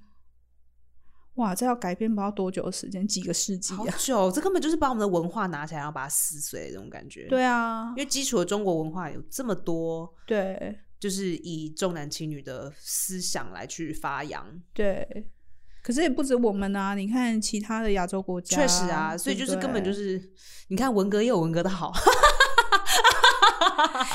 Speaker 2: 哇，这要改变不知道多久的时间，几个世纪
Speaker 1: 好
Speaker 2: 啊。
Speaker 1: 久，这根本就是把我们的文化拿起来，然后把它撕碎的这种感觉。
Speaker 2: 对，啊
Speaker 1: 因，为基础的中国文化有这么多，
Speaker 2: 对
Speaker 1: 就是以重男轻女的思想来去发扬。
Speaker 2: 对。可是也不止我们啊，你看其他的亚洲国家，
Speaker 1: 确实啊，所以
Speaker 2: 对
Speaker 1: 就
Speaker 2: 不
Speaker 1: 是根本就
Speaker 2: 对
Speaker 1: 是，你看文革也有文革的 好，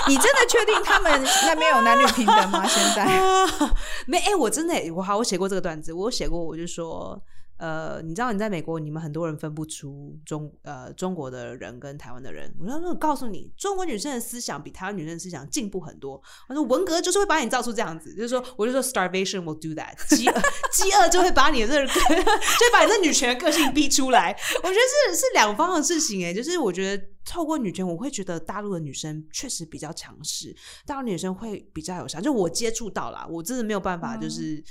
Speaker 2: 你真的确定他们那边有男女平等吗？现在？
Speaker 1: 没哎、我真的、我好，我写过这个段子，我有写过，我就说。呃，你知道你在美国，你们很多人分不出中呃中国的人跟台湾的人。我说，那我告诉你，中国女生的思想比台湾女生的思想进步很多。我说，文革就是会把你造出这样子，就是说，我就说 starvation will do that，饥饿饥饿就会把你的这个 就会把你这女权的个性逼出来。我觉得是是两方的事情哎、就是我觉得透过女权，我会觉得大陆的女生确实比较强势，大陆女生会比较有想，就我接触到啦，我真的没有办法，
Speaker 2: 嗯
Speaker 1: 就是、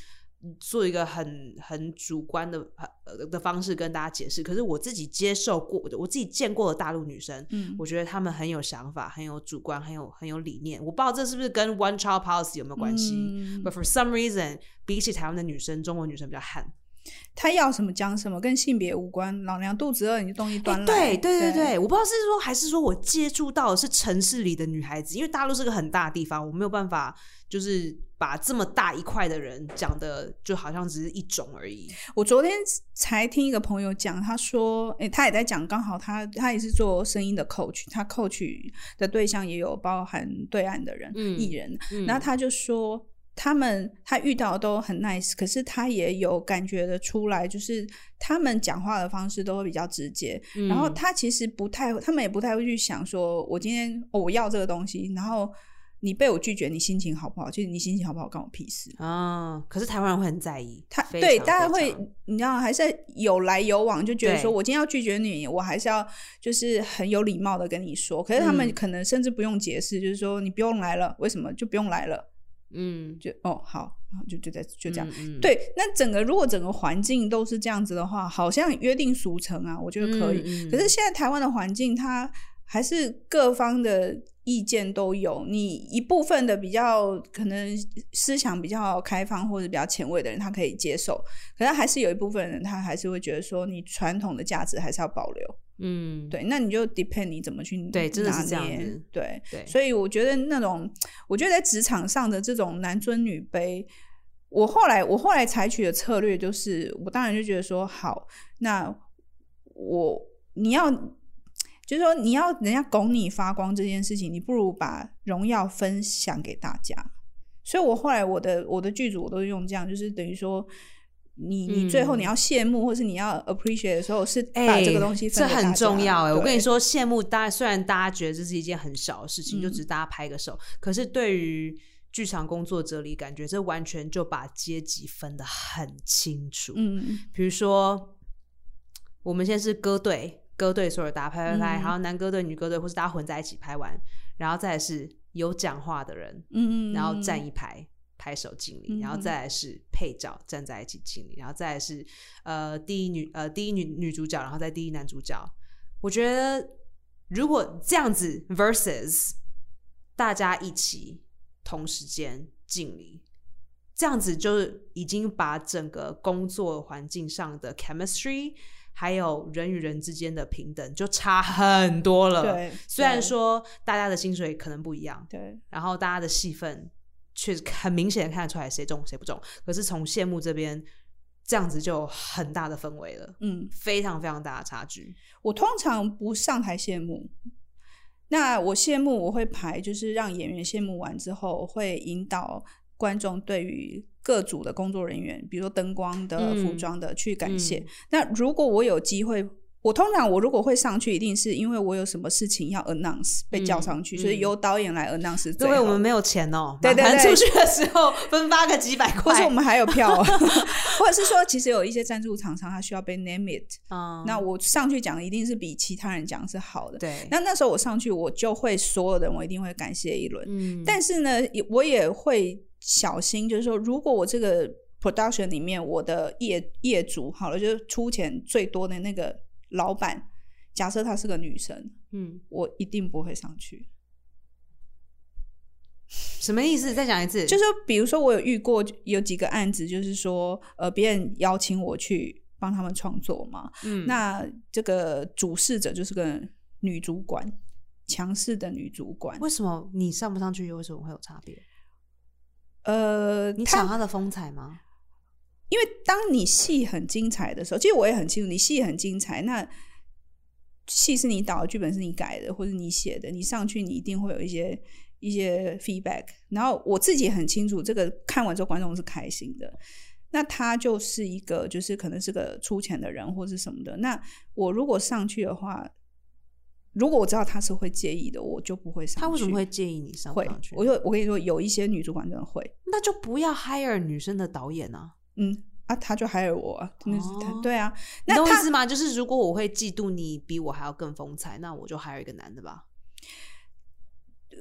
Speaker 1: 做一个很很主观的呃的方式跟大家解释。可是我自己接受过，我自己见过的大陆女生，
Speaker 2: 嗯，
Speaker 1: 我觉得她们很有想法，很有主观，很有很有理念。我不知道这是不是跟 One Child Policy 有没有关系、
Speaker 2: 嗯
Speaker 1: b u t for some reason，比起台湾的女生，中国女生比较悍。
Speaker 2: 他要什么讲什么，跟性别无关。老娘肚子饿，你就动一端
Speaker 1: 哎
Speaker 2: 来。
Speaker 1: 对对对
Speaker 2: 对
Speaker 1: 对，我不知道是说还是说我接触到的是城市里的女孩子，因为大陆是个很大的地方，我没有办法就是把这么大一块的人讲的就好像只是一种而已。
Speaker 2: 我昨天才听一个朋友讲，他说，诶、他也在讲，刚好他他也是做声音的 coach，他 coach 的对象也有包含对岸的人、
Speaker 1: 嗯
Speaker 2: 艺人，
Speaker 1: 嗯
Speaker 2: 然后他就说。他们他遇到的都很 nice，可是他也有感觉得出来，就是他们讲话的方式都会比较直接，然
Speaker 1: 嗯
Speaker 2: 后他其实不太，他们也不太会去想说，我今天、哦、我要这个东西，然后你被我拒绝，你心情好不好？就是你心情好不好，关我屁事。
Speaker 1: 啊、可是台湾人会很在意，
Speaker 2: 他
Speaker 1: 非
Speaker 2: 对
Speaker 1: 常
Speaker 2: 大家
Speaker 1: 非
Speaker 2: 会
Speaker 1: 常，
Speaker 2: 你知道，还是有来有往，就觉得说
Speaker 1: 对
Speaker 2: 我今天要拒绝你，我还是要就是很有礼貌的跟你说。可是他们
Speaker 1: 嗯
Speaker 2: 可能甚至不用解释，就是说你不用来了，为什么就不用来了？
Speaker 1: 嗯，
Speaker 2: 就哦好，然后就就在就
Speaker 1: 就
Speaker 2: 这样。，
Speaker 1: 嗯，
Speaker 2: 对，那整个如果整个环境都是这样子的话，好像约定俗成啊，我觉得可以。
Speaker 1: 以
Speaker 2: 可是现在台湾的环境，它还是各方的意见都有。你一部分的比较可能思想比较开放或者比较前卫的人，他可以接受；可是还是有一部分人，他还是会觉得说，你传统的价值还是要保留。
Speaker 1: 嗯，
Speaker 2: 对，那你就 depend 你怎么去
Speaker 1: 对真的是
Speaker 2: 拿
Speaker 1: 这样
Speaker 2: 捏
Speaker 1: 子
Speaker 2: 对，
Speaker 1: 对，
Speaker 2: 所以我觉得那种，我觉得在职场上的这种男尊女卑，我后来我后来采取的策略就是，我当然就觉得说，好，那我你要，就是说你要人家拱你发光这件事情，你不如把荣耀分享给大家。所以我后来我的我的剧组我都用这样，就是等于说。你你最后
Speaker 1: 嗯
Speaker 2: 你要羡慕，或是你要 appreciate 的时候，是把
Speaker 1: 哎，
Speaker 2: 这个东西分
Speaker 1: 这
Speaker 2: 给大
Speaker 1: 很重
Speaker 2: 家
Speaker 1: 要哎、我跟
Speaker 2: 对
Speaker 1: 你说，羡慕大家虽然大家觉得这是一件很小的事情，就只是
Speaker 2: 嗯
Speaker 1: 大家拍个手，可是对于剧场工作者里，感觉这完全就把阶级分得很清楚。
Speaker 2: 嗯，
Speaker 1: 比如说，我们现在是歌队，歌队所有打拍拍拍，
Speaker 2: 嗯
Speaker 1: 然后男歌队、女歌队，或是大家混在一起拍完，然后再来是有讲话的人，
Speaker 2: 嗯嗯，
Speaker 1: 然后站
Speaker 2: 嗯
Speaker 1: 一排拍手敬礼，
Speaker 2: 嗯
Speaker 1: 然后再来是配角站在一起敬礼，然后再来是呃第一女呃第一女女主角，然后再第一男主角。我觉得如果这样子 versus 大家一起同时间敬礼。这样子就是已经把整个工作环境上的 chemistry，还有人与人之间的平等就差很多了。，
Speaker 2: 对，
Speaker 1: 虽然
Speaker 2: 对
Speaker 1: 说大家的薪水可能不一样，
Speaker 2: 对，
Speaker 1: 然后大家的戏份确实很明显的看得出来谁中谁不中。可是从谢幕这边，这样子就有很大的氛围了，
Speaker 2: 嗯，
Speaker 1: 非常非常大的差距。
Speaker 2: 我通常不上台谢幕。那我谢幕，我会排，就是让演员谢幕完之后，我会引导观众对于各组的工作人员，比如说灯光的、
Speaker 1: 嗯
Speaker 2: 服装的，去感谢。
Speaker 1: 嗯
Speaker 2: 那如果我有机会，我通常我如果会上去，一定是因为我有什么事情要 announce 被叫上去，
Speaker 1: 嗯
Speaker 2: 所以由导演来 announce 是最
Speaker 1: 各
Speaker 2: 好
Speaker 1: 位，
Speaker 2: 的。
Speaker 1: 我们没有钱哦，
Speaker 2: 对对
Speaker 1: 麻烦
Speaker 2: 对
Speaker 1: 出去的时候分发个几百
Speaker 2: 或是
Speaker 1: 块
Speaker 2: 我。们还 有票，啊或者是说，其实有一些赞助厂商他需要被 name it，、
Speaker 1: 嗯
Speaker 2: 那我上去讲一定是比其他人讲是好的。
Speaker 1: 对，
Speaker 2: 那那时候我上去，我就会所有的人，我一定会感谢一轮。
Speaker 1: 嗯，
Speaker 2: 但是呢，也我也会小心，就是说，如果我这个 production 里面，我的业业主好了，就是出钱最多的那个老板，假设她是个女生，
Speaker 1: 嗯，
Speaker 2: 我一定不会上去。
Speaker 1: 什么意思？再讲一次，
Speaker 2: 就是比如说，我有遇过有几个案子，就是说，呃，别人邀请我去帮他们创作嘛，
Speaker 1: 嗯，
Speaker 2: 那这个主事者就是个女主管，强势的女主管。
Speaker 1: 为什么你上不上去，又为什么会有差别？
Speaker 2: 呃，
Speaker 1: 你抢他的风采吗？
Speaker 2: 因为当你戏很精彩的时候，其实我也很清楚，你戏很精彩，那戏是你导的，剧本是你改的，或者你写的，你上去你一定会有一些一些 feedback。然后我自己也很清楚，这个看完之后观众是开心的。那他就是一个，就是可能是个出钱的人或是什么的。那我如果上去的话，如果我知道他是会介意的，我就不会上去。
Speaker 1: 他为什么会介意你上不
Speaker 2: 会
Speaker 1: 上去？
Speaker 2: 我就我跟你说，有一些女主管真的会，
Speaker 1: 那就不要 hire 女生的导演啊。
Speaker 2: 嗯啊，他就害了我啊，真的是他，
Speaker 1: 哦
Speaker 2: 对啊。
Speaker 1: 你
Speaker 2: 那
Speaker 1: 懂我意
Speaker 2: 他
Speaker 1: 思吗？就是如果我会嫉妒你比我还要更风采，那我就还有一个男的吧。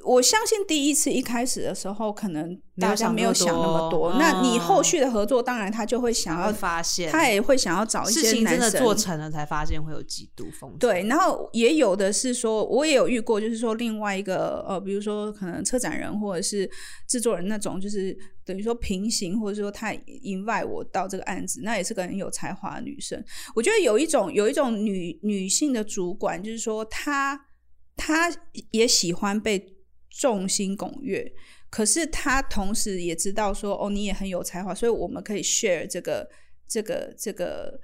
Speaker 2: 我相信第一次一开始的时候，可能大家没
Speaker 1: 没
Speaker 2: 有
Speaker 1: 有
Speaker 2: 想
Speaker 1: 想
Speaker 2: 那
Speaker 1: 那
Speaker 2: 么
Speaker 1: 么
Speaker 2: 多。
Speaker 1: 多
Speaker 2: 那你
Speaker 1: 嗯
Speaker 2: 后续的合作，当然他就会想要
Speaker 1: 会，发现
Speaker 2: 他也会想要找一
Speaker 1: 事
Speaker 2: 些
Speaker 1: 情真
Speaker 2: 男
Speaker 1: 的
Speaker 2: 生
Speaker 1: 做成了，才发现会有嫉妒风潮。
Speaker 2: 对，然后也有的是说，我也有遇过，就是说另外一个呃，比如说可能策展人或者是制作人那种，就是等于说平行，或者说他 invite 我到这个案子，那也是个很有才华的女生。我觉得有一种有一种女女性的主管，就是说她她也喜欢被众星拱月。可是她同时也知道说，哦，你也很有才华，所以我们可以 share 这个、这个、这个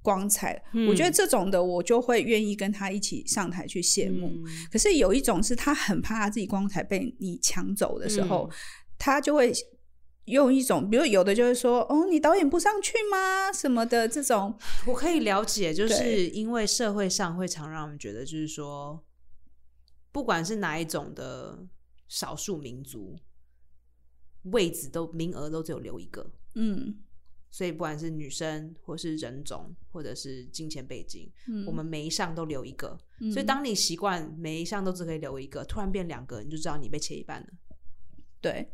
Speaker 2: 光彩。
Speaker 1: 嗯
Speaker 2: 我觉得这种的，我就会愿意跟他一起上台去谢幕。
Speaker 1: 嗯
Speaker 2: 可是有一种是他很怕他自己光彩被你抢走的时候，
Speaker 1: 嗯
Speaker 2: 他就会用一种，比如有的就会说：“哦，你导演不上去吗？”什么的这种。
Speaker 1: 我可以了解，就
Speaker 2: 对
Speaker 1: 是因为社会上会常让我们觉得，就是说，不管是哪一种的少数民族，位置都名额都只有留一个，
Speaker 2: 嗯
Speaker 1: 所以不管是女生，或是人种，或者是金钱背景，
Speaker 2: 嗯，
Speaker 1: 我们每一项都留一个。
Speaker 2: 嗯
Speaker 1: 所以当你习惯每一项都只可以留一个，突然变两个，你就知道你被切一半了。
Speaker 2: 对，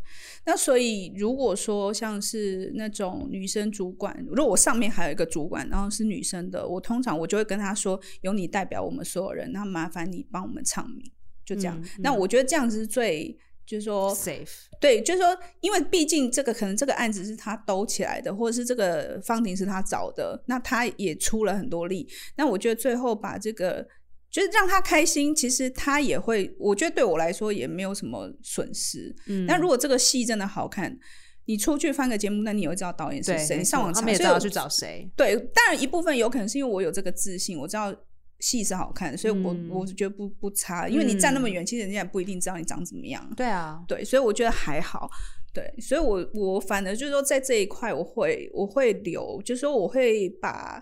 Speaker 2: 那所以如果说像是那种女生主管，如果我上面还有一个主管，然后是女生的，我通常我就会跟她说，由你代表我们所有人，那麻烦你帮我们唱名，就这样。
Speaker 1: 嗯
Speaker 2: 那
Speaker 1: 嗯
Speaker 2: 我觉得这样子是最，就是
Speaker 1: 哦
Speaker 2: 说
Speaker 1: Safe，
Speaker 2: 对，就是说，因为毕竟这个可能这个案子是他兜起来的，或者是这个方婷是他找的，那他也出了很多力。那我觉得最后把这个就是让他开心，其实他也会，我觉得对我来说也没有什么损失。
Speaker 1: 嗯
Speaker 2: 那如果这个戏真的好看，你出去翻个节目，那你也会知道导演是
Speaker 1: 对
Speaker 2: 谁，
Speaker 1: 没
Speaker 2: 你上
Speaker 1: 错
Speaker 2: 网查，
Speaker 1: 他们也知
Speaker 2: 所以
Speaker 1: 道
Speaker 2: 我
Speaker 1: 去找谁。
Speaker 2: 对，当然一部分有可能是因为我有这个自信，我知道戏是好看的，所以我、
Speaker 1: 嗯
Speaker 2: 我觉得不不差，因为你站那么
Speaker 1: 嗯
Speaker 2: 远，其实人家也不一定知道你长怎么样。
Speaker 1: 对啊，
Speaker 2: 对，所以我觉得还好。对，所以我我反而就是说，在这一块我会我会留，就是说我会把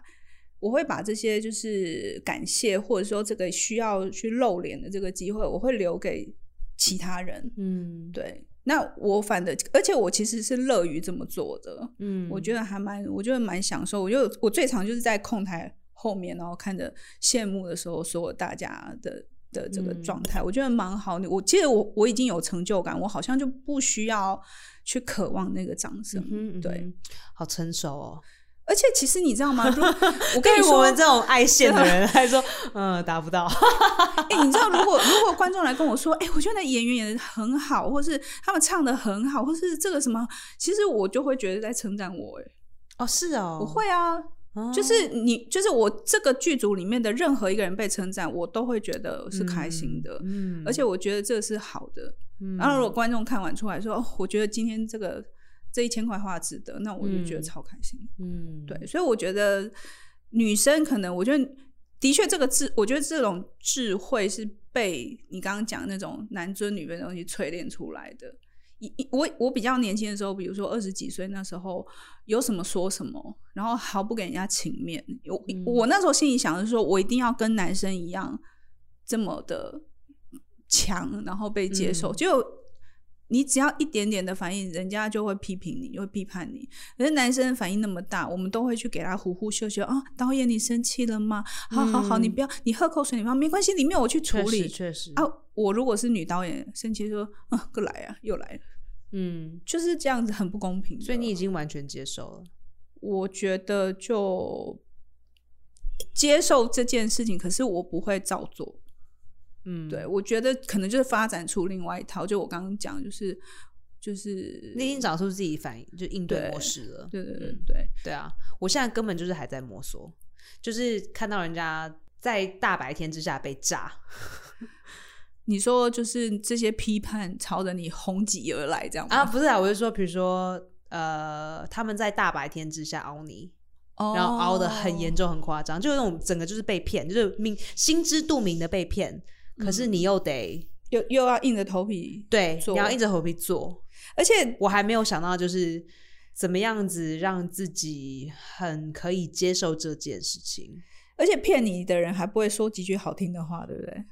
Speaker 2: 我会把这些就是感谢或者说这个需要去露脸的这个机会，我会留给其他人。
Speaker 1: 嗯，
Speaker 2: 对，那我反的，而且我其实是乐于这么做的，
Speaker 1: 嗯，
Speaker 2: 我觉得还蛮，我觉得蛮享受。我就我最常就是在控台后面，然后看着羡慕的时候，所有大家的的这个
Speaker 1: 嗯
Speaker 2: 状态，我觉得蛮好。我记得我我已经有成就感，我好像就不需要去渴望那个掌声。
Speaker 1: 嗯哼
Speaker 2: 对，
Speaker 1: 嗯哼好成熟哦。
Speaker 2: 而且其实你知道吗？ 如我跟
Speaker 1: 对
Speaker 2: 你
Speaker 1: 于
Speaker 2: 说，
Speaker 1: 我们这种爱线的 人来说，嗯，达不到。
Speaker 2: 哎、你知道，如果如果观众来跟我说，哎、我觉得那演员演的很好，或是他们唱的很好，或是这个什么，其实我就会觉得在称赞我、哎，
Speaker 1: 哦，是哦，
Speaker 2: 我，会啊，就是你，就是我这个剧组里面的任何一个人被称赞，我都会觉得是开心的，
Speaker 1: 嗯，
Speaker 2: 而且我觉得这是好的。
Speaker 1: 嗯，
Speaker 2: 然后如果观众看完出来说，哦，我觉得今天这个这一千块花值得，那我就觉得
Speaker 1: 嗯
Speaker 2: 超开心。
Speaker 1: 嗯，
Speaker 2: 对，所以我觉得女生可能，我觉得的确这个智，我觉得这种智慧是被你刚刚讲那种男尊女卑的东西淬炼出来的。一一我我比较年轻的时候，比如说二十几岁那时候，有什么说什么，然后毫不给人家情面。我、
Speaker 1: 嗯
Speaker 2: 我那时候心里想的是说，我一定要跟男生一样这么的强，然后被接受。
Speaker 1: 嗯
Speaker 2: 就你只要一点点的反应，人家就会批评你，就会批判你。可是男生反应那么大，我们都会去给他呼呼秀秀啊，导演你生气了吗？好好好，
Speaker 1: 嗯
Speaker 2: 你不要，你喝口水，你不要，没关系，里面我去处
Speaker 1: 确实
Speaker 2: 理。
Speaker 1: 确实
Speaker 2: 啊，，我如果是女导演，生气说啊，过来啊，又来了，
Speaker 1: 嗯，
Speaker 2: 就是这样子，很不公平的。
Speaker 1: 所以你已经完全接受了，
Speaker 2: 我觉得就接受这件事情，可是我不会照做。
Speaker 1: 嗯，
Speaker 2: 对，，我觉得可能就是发展出另外一套，就我刚刚讲，就是就是
Speaker 1: 你已经找出自己反应就应对
Speaker 2: 对
Speaker 1: 模式了，
Speaker 2: 对对对
Speaker 1: 嗯
Speaker 2: 对，
Speaker 1: 对啊，我现在根本就是还在摸索，就是看到人家在大白天之下被炸，
Speaker 2: 你说就是这些批判朝着你轰击而来，这样
Speaker 1: 啊，
Speaker 2: 吗？
Speaker 1: 不是啊，我是说，比如说，呃，他们在大白天之下凹你，
Speaker 2: 啊
Speaker 1: 然后凹的很严，重、很夸张，就是那种整个就是被骗，就是明心知肚明的被骗，可是你又得、
Speaker 2: 又又要硬着头皮，
Speaker 1: 对，
Speaker 2: 做
Speaker 1: 你要硬着头皮做。
Speaker 2: 而且
Speaker 1: 我还没有想到就是怎么样子让自己很可以接受这件事情。
Speaker 2: 而且骗你的人还不会说几句好听的话，对不对？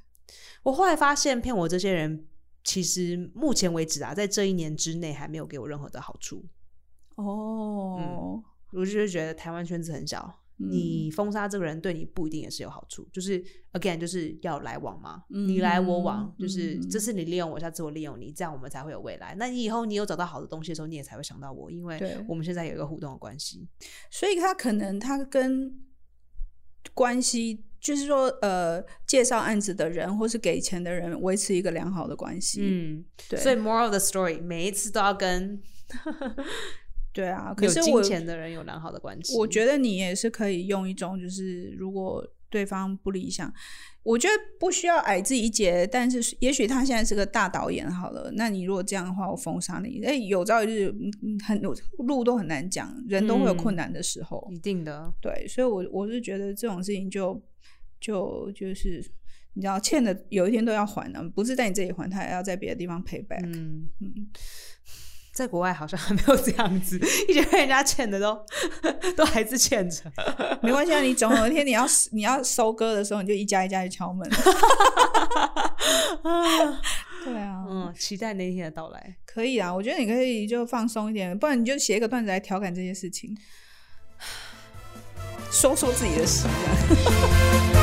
Speaker 1: 我后来发现，骗我这些人，其实目前为止啊，在这一年之内还没有给我任何的好处。
Speaker 2: 哦，
Speaker 1: 我就是觉得台湾圈子很小，
Speaker 2: 嗯
Speaker 1: 你封杀这个人对你不一定也是有好处。就是 again，就是要来往嘛，
Speaker 2: 嗯
Speaker 1: 你来我往，就是
Speaker 2: 嗯
Speaker 1: 这次你利用我，下次我利用你，这样我们才会有未来。那你以后你有找到好的东西的时候，你也才会想到我，因为
Speaker 2: 对
Speaker 1: 我们现在有一个互动的关系。
Speaker 2: 所以他可能他跟关系，就是说呃，介绍案子的人或是给钱的人维持一个良好的关系。，
Speaker 1: 嗯，
Speaker 2: 对，
Speaker 1: 所以 moral of the story，每一次都要跟
Speaker 2: 对啊。可
Speaker 1: 有
Speaker 2: 是
Speaker 1: 金
Speaker 2: 我
Speaker 1: 钱的人有良好的关系。
Speaker 2: 我觉得你也是可以用一种，就是如果对方不理想，我觉得不需要矮自己一截，但是也许他现在是个大导演好了，那你如果这样的话，我封杀你。哎，有朝一日，嗯嗯很路都很难讲，人都会有困
Speaker 1: 嗯
Speaker 2: 难的时候。
Speaker 1: 一定的，
Speaker 2: 对，所以我我是觉得这种事情就就就是你知道欠的有一天都要还的、不是在你这里还，他也要在别的地方 pay back。
Speaker 1: 嗯。
Speaker 2: 嗯
Speaker 1: 在国外好像还没有这样子，一直被人家欠的都 都还是欠着。
Speaker 2: 没关系啊，你总有一天你要你要收割的时候，你就一家一家去敲门。对啊，
Speaker 1: 嗯，期待那一天的到来。
Speaker 2: 可以啊，我觉得你可以就放松一点，不然你就写一个段子来调 侃这些事情，说说自己的事啊。